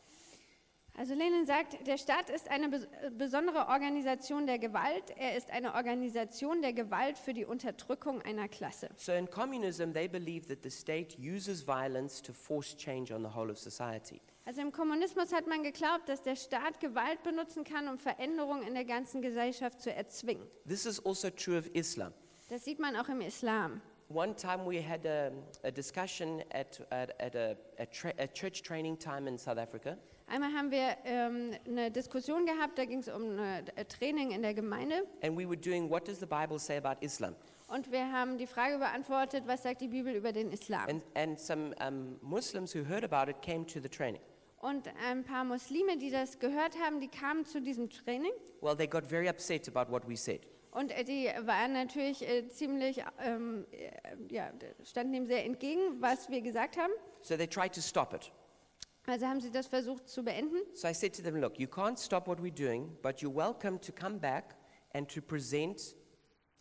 Also Lenin sagt, der Staat ist eine bes äh, besondere Organisation der Gewalt. Er ist eine Organisation der Gewalt für die Unterdrückung einer Klasse.
So in communism, they believe that the state uses violence to force change on the whole of society.
Also im Kommunismus hat man geglaubt, dass der Staat Gewalt benutzen kann, um Veränderungen in der ganzen Gesellschaft zu erzwingen.
This is also true of Islam.
Das sieht man auch im Islam.
One time we had a, a discussion at, at, at a, a, tra- a church training time in South Africa,
Einmal haben wir ähm, eine Diskussion gehabt, da ging es um eine, äh, Training in der Gemeinde
and we were doing what does the Bible say about Islam?
und wir haben die Frage beantwortet, was sagt die Bibel über den Islam?
And, and some um, Muslims who heard about it came to the training.
Und ein paar Muslime, die das gehört haben, die kamen zu diesem Training
Well, they got very upset about what we said.
und äh, die waren natürlich äh, ziemlich, ähm, äh, ja, standen dem sehr entgegen, was wir gesagt haben.
So they tried to stop it.
Also haben sie das versucht zu beenden.
So I said to them, look, you can't stop what we're doing, but you're welcome to come back and to present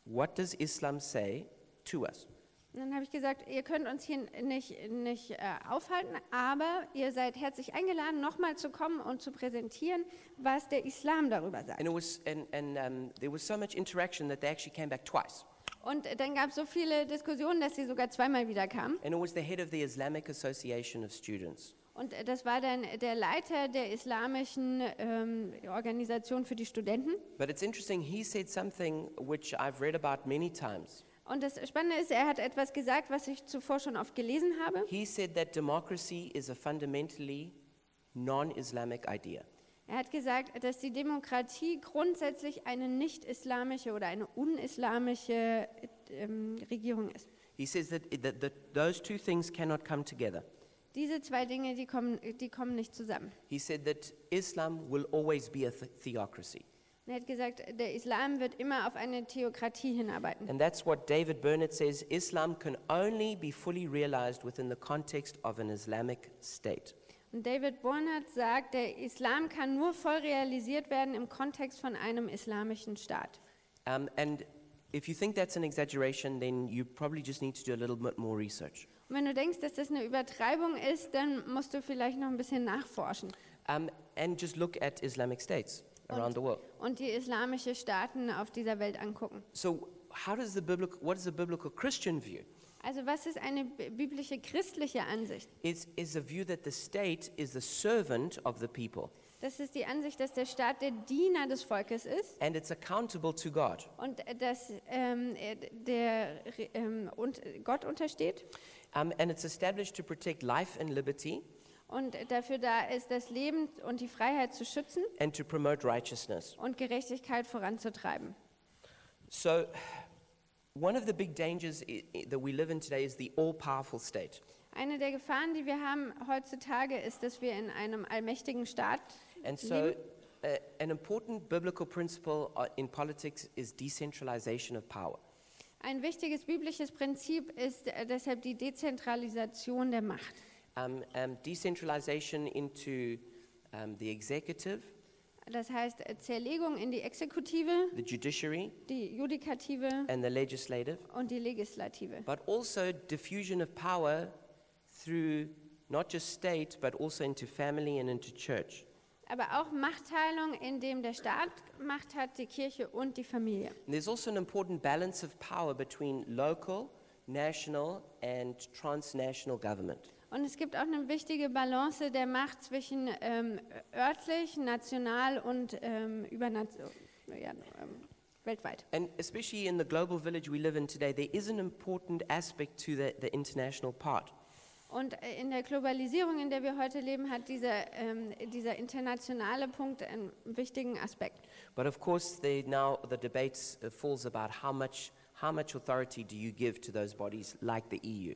what does Islam say to us.
Und dann habe ich gesagt, ihr könnt uns hier nicht, nicht äh, aufhalten, aber ihr seid herzlich eingeladen, nochmal zu kommen und zu präsentieren, was der Islam darüber sagt.
And it was, and, and um, there was so much interaction that they actually came back twice.
Und äh, dann gab es so viele Diskussionen, dass sie sogar zweimal wieder kamen.
And it was the head of the Islamic Association of Students.
Und äh, das war dann der Leiter der islamischen ähm, Organisation für die Studenten.
But it's interesting, he said something which I've read about many times.
Und das Spannende ist, er hat etwas gesagt, was ich zuvor schon oft gelesen habe.
He said that democracy is a fundamentally non Islamic idea.
Er hat gesagt, dass die Demokratie grundsätzlich eine nicht-islamische oder eine unislamische ähm, Regierung ist.
He says that, that, that those two things cannot come together.
Diese zwei Dinge, die kommen, die kommen nicht zusammen.
He said that Islam will always be a th- theocracy.
Und er hat gesagt, der Islam wird immer auf eine Theokratie hinarbeiten.
And that's what David Burnett says Islam can only be fully realized within the context of an Islamic state.
Und David Bornert sagt, der Islam kann nur voll realisiert werden im Kontext von einem islamischen Staat.
Um, and if you think that's an exaggeration, then you probably just need to do a little bit more research.
Und wenn du denkst, dass das eine Übertreibung ist, dann musst du vielleicht noch ein bisschen nachforschen
Um, and just look at Islamic states around the world.
und die islamischen Staaten auf dieser Welt angucken.
So, how does the biblical, what is the biblical Christian view?
Also was ist eine bi- biblische christliche Ansicht?
It's, is a view that the state is the servant of the people.
Das ist die Ansicht, dass der Staat der Diener des Volkes ist
and it's accountable to God.
und äh, dass ähm, er d- der Re- ähm, und Gott untersteht
Um, and it's established to protect life and liberty
und dafür da ist, das Leben und die Freiheit zu schützen
and to promote righteousness.
und Gerechtigkeit voranzutreiben.
So, one of the big dangers i- i- that we live in today is the all powerful state.
Eine der Gefahren, die wir haben heutzutage, ist, dass wir in einem allmächtigen Staat
And so,
leben.
uh, an important biblical principle uh, in politics is decentralization of power.
Ein wichtiges biblisches Prinzip ist äh, deshalb die Dezentralisation der Macht.
Um, um, decentralization into um, the executive,
Das heißt äh, Zerlegung in die Exekutive,
the judiciary,
die Judikative
and the legislative,
und die Legislative.
but also diffusion of power through not just state, but also into family and into church.
Aber auch Machtteilung, in dem der Staat Macht hat, die Kirche und die Familie.
And there's also an important balance of power between local, national, and transnational government.
Und es gibt auch eine wichtige Balance der Macht zwischen ähm, örtlich, national und ähm, übernational, ja, ähm, weltweit.
And especially in the global village we live in today, there is an important aspect to the, the international part.
Und äh, in der Globalisierung, in der wir heute leben, hat dieser, ähm, dieser internationale Punkt einen wichtigen Aspekt.
But of course, they now the debate uh, falls about how much, how much authority do you give to those bodies like the E EU?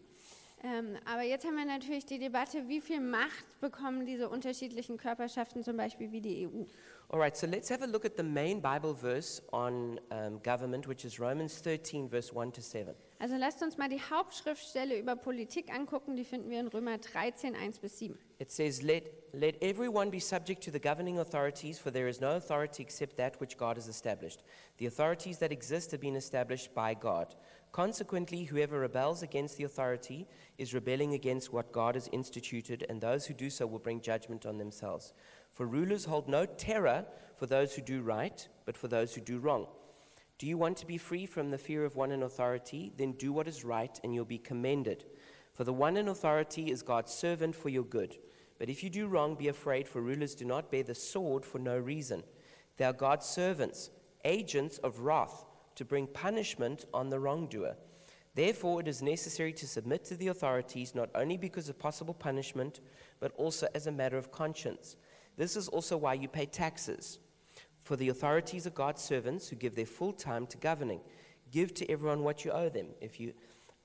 Ähm, aber jetzt haben wir natürlich die Debatte, wie viel Macht bekommen diese unterschiedlichen Körperschaften, zum Beispiel wie die E EU.
All right, so let's have a look at the main Bible verse on um, government, which is Romans 13, verse 1 to 7.
Also lasst uns mal die Hauptschriftstelle über Politik angucken, die finden wir in Römer 13, 1 bis 7.
It says, let, let everyone be subject to the governing authorities, for there is no authority except that which God has established. The authorities that exist have been established by God. Consequently, whoever rebels against the authority is rebelling against what God has instituted, and those who do so will bring judgment on themselves. For rulers hold no terror for those who do right, but for those who do wrong. Do you want to be free from the fear of one in authority? Then do what is right, and you'll be commended. For the one in authority is God's servant for your good. But if you do wrong, be afraid, for rulers do not bear the sword for no reason. They are God's servants, agents of wrath, to bring punishment on the wrongdoer. Therefore, it is necessary to submit to the authorities not only because of possible punishment, but also as a matter of conscience. This is also why you pay taxes. For the authorities are God's servants who give their full time to governing. Give to everyone what you owe them. If you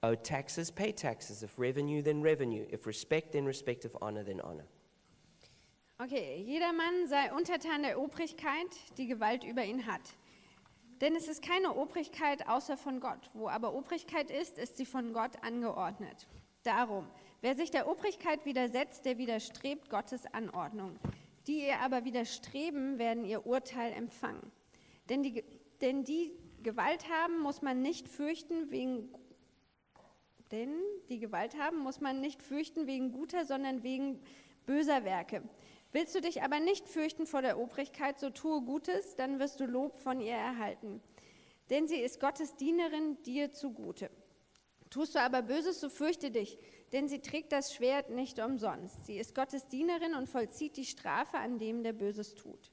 owe taxes, pay taxes. If revenue, then revenue. If respect, then respect. If honor, then honor.
Okay, jeder Mann sei untertan der Obrigkeit, die Gewalt über ihn hat. Denn es ist keine Obrigkeit außer von Gott. Wo aber Obrigkeit ist, ist sie von Gott angeordnet. Darum, wer sich der Obrigkeit widersetzt, der widerstrebt Gottes Anordnung. Die ihr aber widerstreben, werden ihr Urteil empfangen. Denn die, Ge- denn die Gewalt haben, muss man nicht fürchten wegen denn die Gewalt haben muss man nicht fürchten wegen guter, sondern wegen böser Werke. Willst du dich aber nicht fürchten vor der Obrigkeit, so tue Gutes, dann wirst du Lob von ihr erhalten. Denn sie ist Gottes Dienerin dir zugute. Tust du aber Böses, so fürchte dich, denn sie trägt das Schwert nicht umsonst. Sie ist Gottes Dienerin und vollzieht die Strafe an dem, der Böses tut.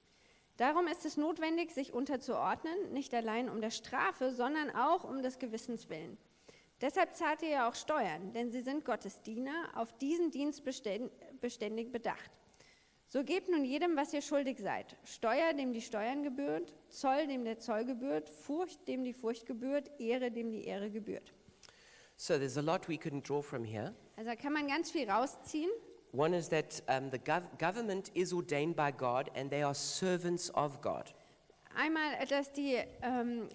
Darum ist es notwendig, sich unterzuordnen, nicht allein um der Strafe, sondern auch um des Gewissens willen. Deshalb zahlt ihr ja auch Steuern, denn sie sind Gottes Diener, auf diesen Dienst beständ- beständig bedacht. So gebt nun jedem, was ihr schuldig seid. Steuer, dem die Steuern gebührt, Zoll, dem der Zoll gebührt, Furcht, dem die Furcht gebührt, Ehre, dem die Ehre gebührt.
So there's a lot we couldn't draw from here.
Also da kann man ganz viel rausziehen.
One is that um, the gov- government is ordained by God and they are servants of God.
Einmal, dass die ähm,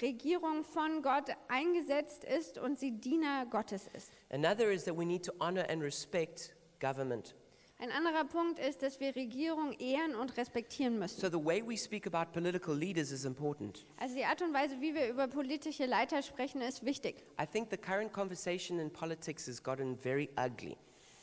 Regierung von Gott eingesetzt ist und sie Diener Gottes ist.
Another is that we need to honor and respect government.
Ein anderer Punkt ist, dass wir Regierung ehren und respektieren müssen.
So the way we speak about political leaders is important.
Also die Art und Weise, wie wir über politische Leiter sprechen, ist wichtig.
I think the current conversation in politics has gotten very ugly.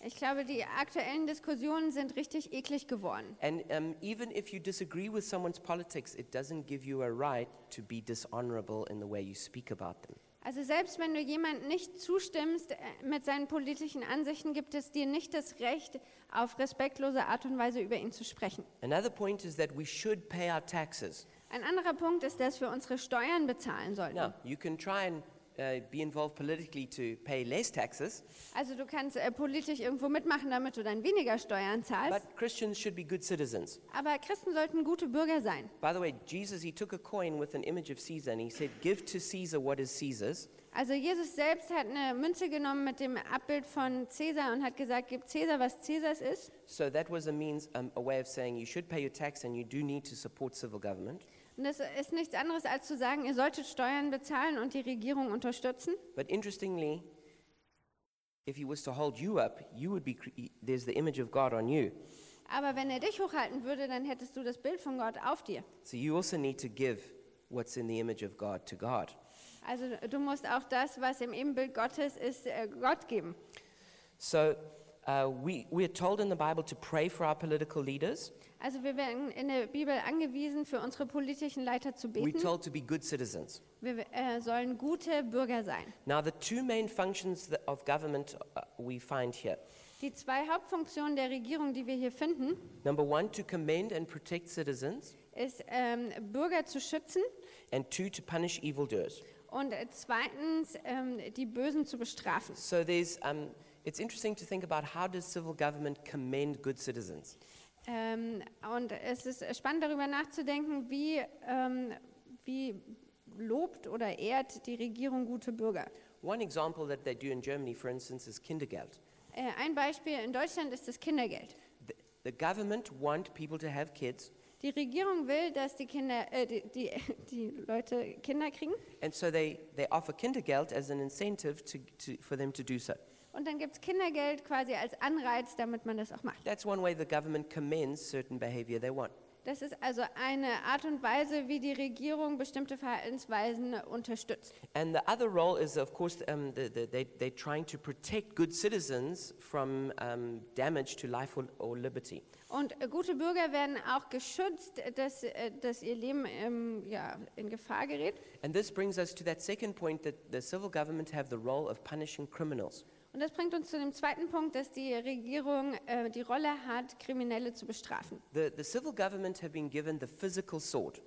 Ich glaube, die aktuellen Diskussionen sind richtig eklig geworden.
And um, even if you disagree with someone's politics, it doesn't give you a right to be dishonorable in the way you speak about them.
Also selbst wenn du jemand nicht zustimmst äh, mit seinen politischen Ansichten, gibt es dir nicht das Recht, auf respektlose Art und Weise über ihn zu sprechen.
Another point is that we should pay our taxes.
Ein anderer Punkt ist, dass wir unsere Steuern bezahlen sollten.
Now, you can try and uh, be involved politically to pay less taxes,
Also du kannst äh, politisch irgendwo mitmachen, damit du dann weniger Steuern zahlst.
but Christians should be good citizens.
Aber Christen sollten gute Bürger sein.
By the way, Jesus, he took a coin with an image of Caesar and he said, Give to Caesar what is Caesar's
Also Jesus selbst hat eine Münze genommen mit dem Abbild von Cäsar und hat gesagt, gib Cäsar, was Cäsars ist.
So that was a means, um, a way of saying you should pay your tax and you do need to support civil government.
Und das ist nichts anderes, als zu sagen, ihr solltet Steuern bezahlen und die Regierung unterstützen.
But interestingly, if he was to hold you up, you would be, cre- there's the image of God on you.
Aber wenn er dich hochhalten würde, dann hättest du das Bild von Gott auf dir.
So you also need to give what's in the image of God to God.
Also du musst auch das, was im Ebenbild Gottes ist, äh, Gott geben.
So uh, we, we're told in the Bible to pray for our political leaders.
Also wir werden in der Bibel angewiesen, für unsere politischen Leiter zu
We're
beten.
told to be good citizens.
Wir äh, sollen gute Bürger sein.
Now, the two main functions that- of government uh, we find here.
Die zwei Hauptfunktionen der Regierung, die wir hier finden,
Number one, to commend and protect citizens,
ist ähm, Bürger zu schützen
and two, to punish evildoers.
und äh, zweitens ähm, die Bösen zu bestrafen.
So there's, um, it's interesting to think about how does civil government commend good citizens?
Ähm, und es ist spannend darüber nachzudenken, wie, ähm, wie lobt oder ehrt die Regierung gute Bürger.
One example that they do in Germany, for instance, is Kindergeld.
Äh, ein Beispiel in Deutschland ist das Kindergeld.
The, the government want people to have kids,
Die Regierung will, dass die Kinder, äh, die, die, die Leute Kinder kriegen.
and so they, they offer Kindergeld as an incentive to, to, for them to do so.
Und dann gibt es Kindergeld quasi als Anreiz, damit man das auch macht.
That's one way the government commends certain behavior they want.
Das ist also eine Art und Weise, wie die Regierung bestimmte Verhaltensweisen unterstützt.
And the other role is, of course, um, the, the, they, they're trying to protect good citizens from um, damage to life or, or liberty.
Und äh, gute Bürger werden auch geschützt, äh, dass, äh, dass ihr Leben ähm, ja, in Gefahr gerät.
And this brings us to that second point that the civil government have the role of punishing criminals.
Und das bringt uns zu dem zweiten Punkt, dass die Regierung äh, die Rolle hat, Kriminelle zu bestrafen.
The, the civil government have been given the physical sword.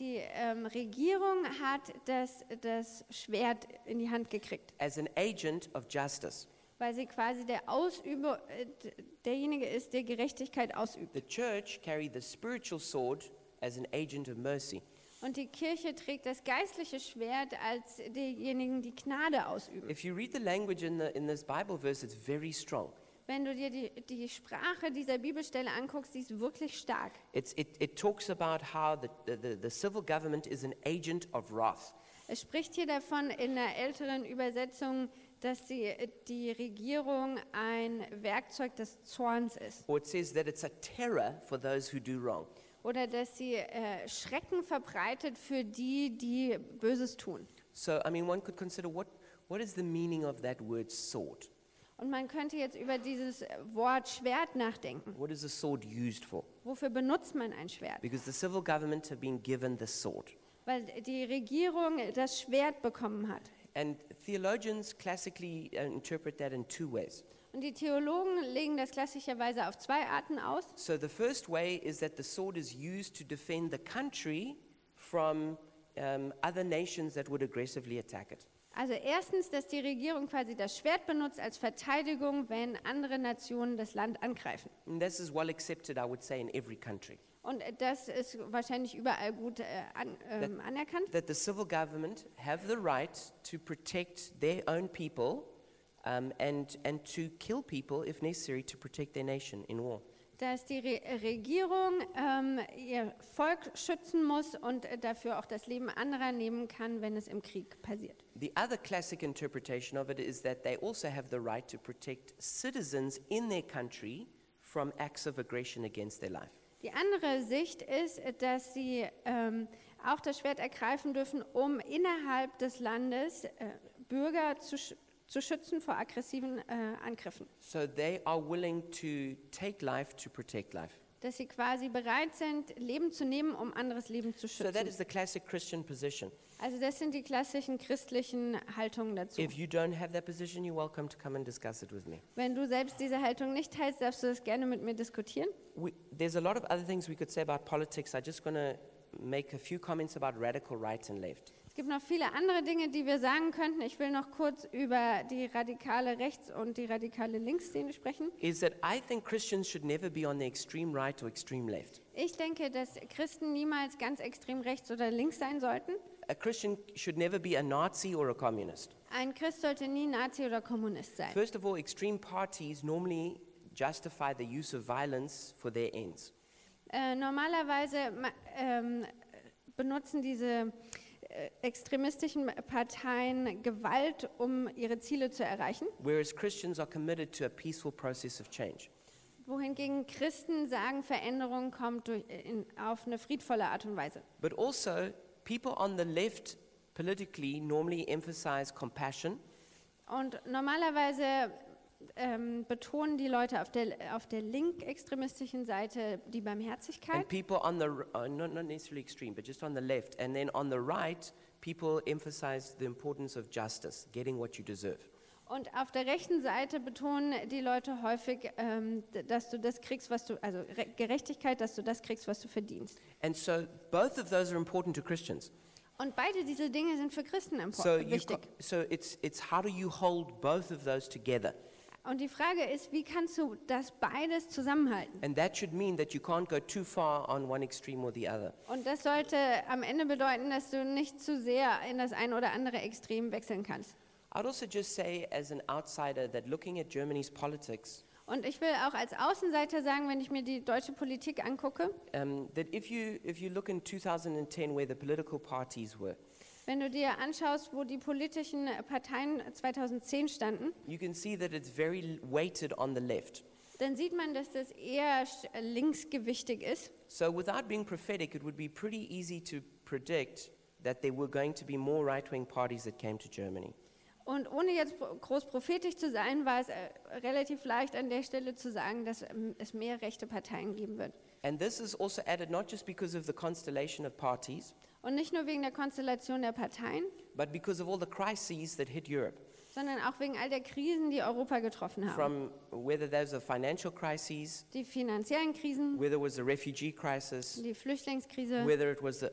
Die ähm, Regierung hat das, das Schwert in die Hand gekriegt,
as an agent of justice.
weil sie quasi der Ausüber, äh, d- derjenige ist, der Gerechtigkeit ausübt.
The church carried the spiritual sword as an agent of mercy.
Und die Kirche trägt das geistliche Schwert als diejenigen, die Gnade ausüben.
If you read the language in, the, in this Bible verse, it's very strong.
Wenn du dir die, die Sprache dieser Bibelstelle anguckst, die ist wirklich stark.
It's, it, it talks about how the, the- the, the civil government is an agent of wrath.
Es spricht hier davon in einer älteren Übersetzung, dass die, äh, die Regierung ein Werkzeug des Zorns ist
Or it says that it's a terror for those who do wrong.
oder dass sie äh, Schrecken verbreitet für die, die Böses tun.
So, I mean, one could consider what, what is the meaning of that word sword?
Und man könnte jetzt über dieses Wort Schwert nachdenken.
What is a sword used for?
Wofür benutzt man ein Schwert?
Because the civil government have been given the sword.
Weil die Regierung das Schwert bekommen hat.
And theologians classically uh, interpret that in two ways.
Und die Theologen legen das klassischerweise auf zwei Arten aus.
So the first way is that the sword is used to defend the country from um, other nations that would aggressively attack it.
Also erstens, dass die Regierung quasi das Schwert benutzt als Verteidigung, wenn andere Nationen das Land angreifen.
And this is well accepted, I would say, in every country.
Und äh, das ist wahrscheinlich überall gut äh, an, ähm, anerkannt,
That the civil government have the right to protect their own people um, and, and to kill people if necessary to protect their nation in war.
dass die Re Regierung ähm, ihr Volk schützen muss und äh, dafür auch das Leben anderer nehmen kann, wenn es im Krieg passiert.
The other classic interpretation of it is that they also have the right to protect citizens in their country from acts of aggression against their life.
Die andere Sicht ist, äh, dass sie ähm, auch das Schwert ergreifen dürfen, um innerhalb des Landes äh, Bürger zu, sch zu schützen vor aggressiven äh, Angriffen.
So they are willing to take life to protect life.
dass sie quasi bereit sind, Leben zu nehmen, um anderes Leben zu
So that
schützen.
is the classic Christian position.
Also das sind die klassischen christlichen Haltungen dazu.
If you don't have that position, you're welcome to come and discuss it with me.
Wenn du selbst diese Haltung nicht teilst, darfst du das gerne mit mir diskutieren.
We, there's a lot of other things we could say about politics. I'm just going to make a few comments about radical right and left.
Es gibt noch viele andere Dinge, die wir sagen könnten. Ich will noch kurz über die radikale Rechts- und die radikale Linksszene sprechen.
Is that I think Christians should never be on the extreme right or extreme left.
Ich denke, dass Christen niemals ganz extrem rechts oder links sein sollten.
A Christian should never be a Nazi or a communist.
Ein Christ sollte nie Nazi oder Kommunist sein.
First of all, extreme parties normally justify the use of violence for their ends.
Äh, normalerweise ma- ähm, benutzen diese äh, extremistischen Parteien Gewalt, um ihre Ziele zu erreichen,
whereas Christians are committed to a peaceful process of change.
wohingegen Christen sagen, Veränderung kommt durch, in, auf eine friedvolle Art und Weise.
But also, people on the left politically normally emphasize compassion,
Und normalerweise ähm, betonen die Leute auf der, auf der linkextremistischen Seite die Barmherzigkeit.
and people on the r- uh, not, not necessarily extreme, but just on the left, and then on the right, people emphasize the importance of justice, getting what you deserve.
Und auf der rechten Seite betonen die Leute häufig, ähm, d- dass du das kriegst, was du, also Re Gerechtigkeit, dass du das kriegst, was du verdienst.
And so, both of those are important to Christians.
Und beide diese Dinge sind für Christen impor-
So, you
wichtig.
co- so it's, it's how do you hold both of those together?
Und die Frage ist, wie kannst du das beides zusammenhalten?
And that should mean that you can't go too far on one extreme or the other.
Und das sollte am Ende bedeuten, dass du nicht zu sehr in das ein oder andere Extrem wechseln kannst.
I'd also just say, as an outsider, that looking at Germany's politics,
Und ich will auch als Außenseiter sagen, wenn ich mir die deutsche Politik angucke,
um, that if you, if you look in 2010 where the political parties were,
wenn du dir anschaust, wo die politischen Parteien 2010 standen,
you can see that it's very l- weighted on the left.
dann sieht man, dass das eher sch- linksgewichtig ist.
So, without being prophetic, it would be pretty easy to predict that there were going to be more right wing parties that came to Germany.
Und ohne jetzt pro- groß prophetisch zu sein, war es äh, relativ leicht an der Stelle zu sagen, dass ähm, es mehr rechte Parteien geben wird.
And this is also added not just because of the constellation of parties,
Und nicht nur wegen der Konstellation der Parteien,
but because of all the crises that hit Europe,
sondern auch wegen all der Krisen, die Europa getroffen haben.
from whether those are financial crises,
Die finanziellen Krisen,
whether it was the refugee crisis,
die Flüchtlingskrise,
whether it was uh,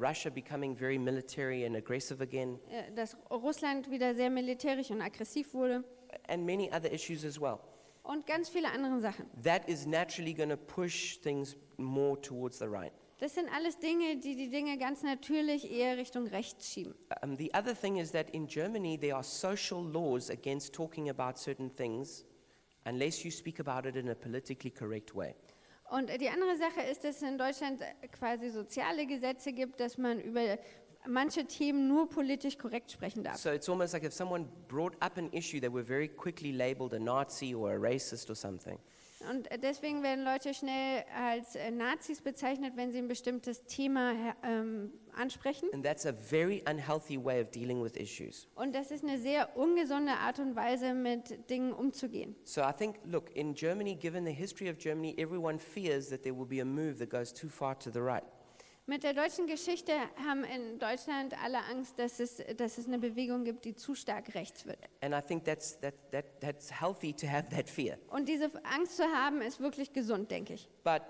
Russia becoming very military and aggressive again,
äh, dass Russland wieder sehr militärisch und aggressiv wurde
and many other issues as well.
und ganz viele andere Sachen.
That is naturally going to push things more towards the right.
Das sind alles Dinge, die die Dinge ganz natürlich eher Richtung rechts schieben.
Um, the other thing is that in Germany, there are social laws against talking about certain things unless you speak about it in a politically correct way.
Und äh, die andere Sache ist, dass es in Deutschland äh, quasi soziale Gesetze gibt, dass man über manche Themen nur politisch korrekt sprechen darf.
So it's almost like if someone brought up an issue, they were very quickly labeled a Nazi or a racist or something.
Und äh, deswegen werden Leute schnell als äh, Nazis bezeichnet, wenn sie ein bestimmtes Thema her- ähm, ansprechen.
And that's a very unhealthy way of dealing with issues.
Und das ist eine sehr ungesunde Art und Weise, mit Dingen umzugehen.
So I think, look, in Germany, given the history of Germany, everyone fears that there will be a move that goes too far to the right.
Mit der deutschen Geschichte haben in Deutschland alle Angst, dass es, dass es eine Bewegung gibt, die zu stark rechts wird.
And I think that's, that, that, that's healthy to have that fear.
Und diese Angst zu haben, ist wirklich gesund, denke ich.
But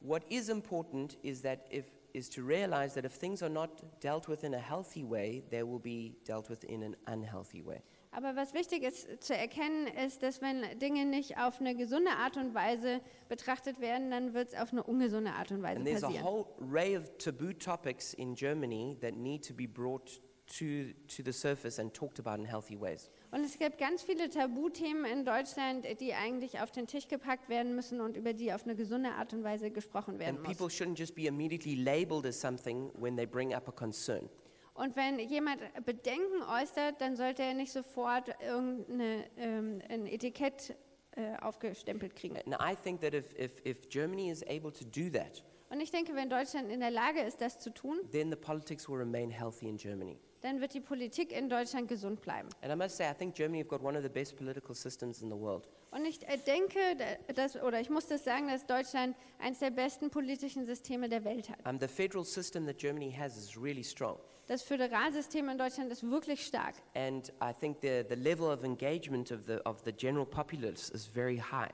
what is important is, that if, is to realize that if things are not dealt with in a healthy way, they will be dealt with in an unhealthy way.
Aber was wichtig ist zu erkennen, ist, dass wenn Dinge nicht auf eine gesunde Art und Weise betrachtet werden, dann wird es auf eine ungesunde Art und Weise
And there's a
passieren.
whole array of taboo topics in Germany that need to be brought to, to the surface and talked about in healthy ways.
Und es gibt ganz viele Tabuthemen in Deutschland, die eigentlich auf den Tisch gepackt werden müssen und über die auf eine gesunde Art und Weise gesprochen werden
And people
muss.
shouldn't just be immediately labeled as something when they bring up a concern.
Und wenn jemand Bedenken äußert, dann sollte er nicht sofort irgendein ähm, ein Etikett äh, aufgestempelt kriegen.
And I think that if, if, if Germany is able to do that,
Und ich denke, wenn Deutschland in der Lage ist, das zu tun,
then the politics will remain healthy in Germany.
dann wird die Politik in Deutschland gesund bleiben.
And I must say, I think Germany have got one of the best political systems in the world.
Und ich äh, denke, da- dass, oder ich muss das sagen, dass Deutschland eines der besten politischen Systeme der Welt hat.
Um, the federal system that Germany has is really strong.
Das Föderalsystem in Deutschland ist wirklich stark.
And I think the, the level of engagement of the, of the general populace is very high.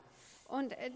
Und äh,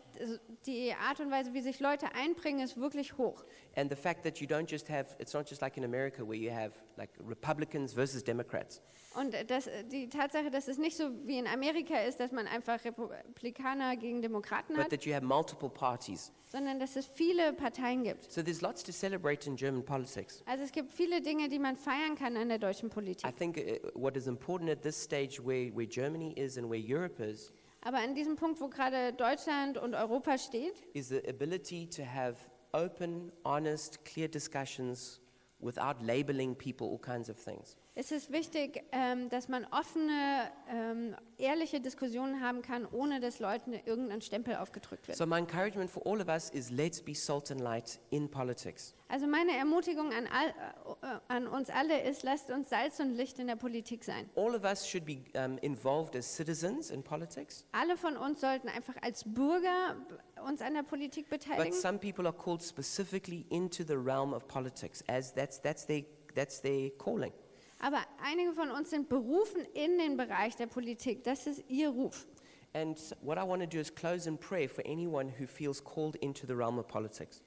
die Art und Weise, wie sich Leute einbringen, ist wirklich hoch.
And the fact that you don't just have, it's not just like in America where you have like Republicans versus Democrats.
Und äh, das, äh, die Tatsache, dass es nicht so wie in Amerika ist, dass man einfach Republikaner gegen Demokraten
but
hat,
that you have multiple parties.
sondern dass es viele Parteien gibt.
So there's lots to celebrate in German politics.
Also es gibt viele Dinge, die man feiern kann an der deutschen
I
Politik.
think uh, what is important at this stage where, where Germany is and where Europe is,
Aber an diesem Punkt, wo gerade Deutschland und Europa steht,
is the ability to have open, honest, clear discussions without labeling people all kinds of things.
ist es wichtig, ähm, dass man offene, ähm, ehrliche Diskussionen haben kann, ohne dass Leuten irgendein Stempel aufgedrückt wird.
So my encouragement for all of us is let's be salt and light in politics.
Also meine Ermutigung an, all, äh, äh, an uns alle ist, lasst uns Salz und Licht in der Politik sein.
All of us should be um, involved as citizens in politics,
Alle von uns sollten einfach als Bürger b- uns an der Politik
but
beteiligen.
some people are called specifically into the realm of politics as that's, that's, their, that's their calling.
Aber einige von uns sind berufen in den Bereich der Politik. Das ist ihr Ruf.
And what I want to do is close in prayer for anyone who feels called into the realm of politics.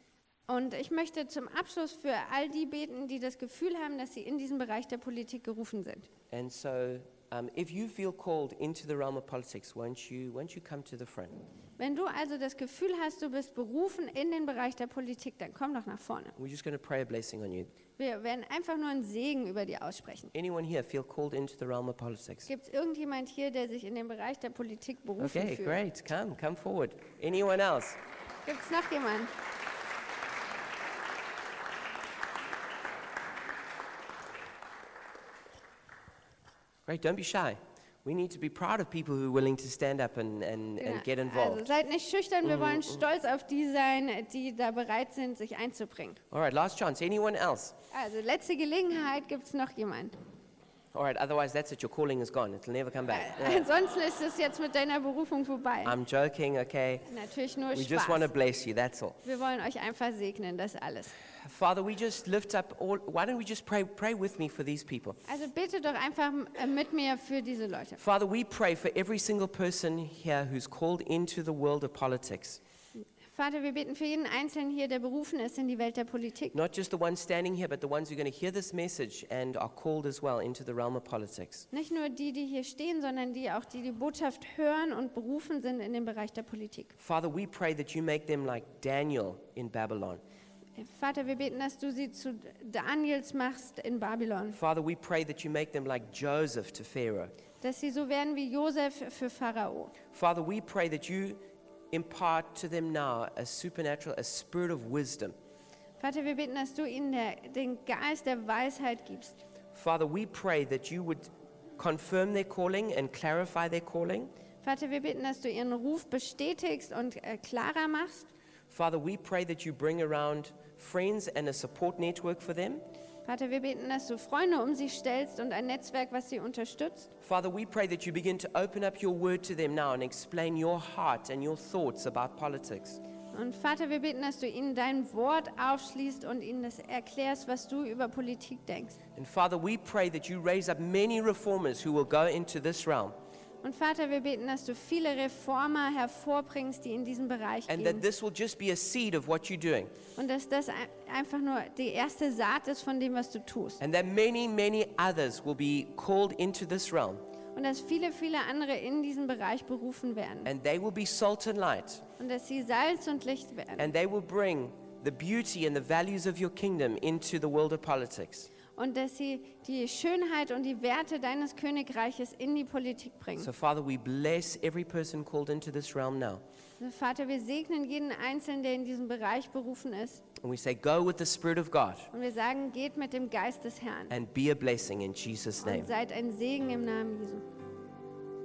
Und ich möchte zum Abschluss für all die beten, die das Gefühl haben, dass sie in diesen Bereich der Politik gerufen sind.
And so, um, if you feel called into the realm of politics, won't you, won't you come to the front?
Wenn du also das Gefühl hast, du bist berufen in den Bereich der Politik, dann komm doch nach vorne.
We're just going to pray a blessing on you.
Wir werden einfach nur einen Segen über dir aussprechen.
Anyone here feel called into the realm of politics?
Gibt es irgendjemand hier, der sich in den Bereich der Politik berufen
Okay,
fühlt?
great. Come, come forward. Anyone else?
Gibt es noch jemanden?
Great. Don't be shy. We need to be proud of people who are willing to stand up and, and, and get
Genau. Also
involved. Mm-hmm.
seid nicht schüchtern, wir wollen stolz auf die sein, die da bereit sind, sich einzubringen.
All right, last chance. Anyone else?
Also letzte Gelegenheit, gibt es noch jemanden?
All right, otherwise, that's it. Your calling is gone. It'll never come back. Yeah.
Ansonsten ist es jetzt mit deiner Berufung vorbei.
I'm joking, okay?
Natürlich nur
We just want to
Spaß.
bless you, that's all.
Wir wollen euch einfach segnen, das alles.
Father, we just lift up all. Why don't we just pray, pray with me for these people?
Also bitte doch einfach äh, mit mir für diese Leute.
Father, we pray for every single person here who's called into the world of politics,
Vater, wir beten für jeden Einzelnen hier, der berufen ist in die Welt der Politik.
not just the ones standing here, but the ones who are going to hear this message and are called as well into the realm of politics.
Nicht nur die, die hier stehen, sondern die auch, die die Botschaft hören und berufen sind in den Bereich der Politik.
Father, we pray that you make them like Daniel in Babylon.
Vater, wir beten, dass du sie zu Daniels machst in Babylon,
Father, we pray that you make them like Joseph to Pharaoh.
dass sie so werden wie Josef für Pharao.
Father, we pray that you impart to them now a supernatural, a spirit of wisdom.
Vater, wir beten, dass du ihnen der, den Geist der Weisheit gibst.
Father, we pray that you would confirm their calling and clarify their calling.
Vater, wir beten, dass du ihren Ruf bestätigst und äh, klarer machst.
Father, we pray that you bring around friends and a support network for them.
Vater, wir beten, dass du Freunde um sie stellst und ein Netzwerk, was sie unterstützt.
Father, we pray that you begin to open up your word to them now and explain your heart and your thoughts about politics.
Und Vater, wir beten, dass du ihnen dein Wort aufschließt und ihnen das erklärst, was du über Politik denkst.
And Father, we pray that you raise up many reformers who will go into this realm
Und Vater, wir beten, dass du viele Reformer hervorbringst, die in diesen Bereich
and that
gehen.
this will just be a seed of what you're doing
Und dass das ein- einfach nur die erste Saat ist von dem, was du tust.
and that many, many others will be called into this realm
Und dass viele, viele andere in diesen Bereich berufen werden.
and they will be salt and light.
Und dass sie Salz und Licht werden.
and they will bring the beauty and the values of your kingdom into the world of politics.
Und dass sie die Schönheit und die Werte deines Königreiches in die Politik bringen.
So, Father, we bless every person called into this realm now.
Vater, wir segnen jeden Einzelnen, der in diesem Bereich berufen ist.
And we say, Go with the Spirit of God
Und wir sagen, geht mit dem Geist des Herrn.
and be a blessing in Jesus' name.
Und seid ein Segen im Namen Jesu.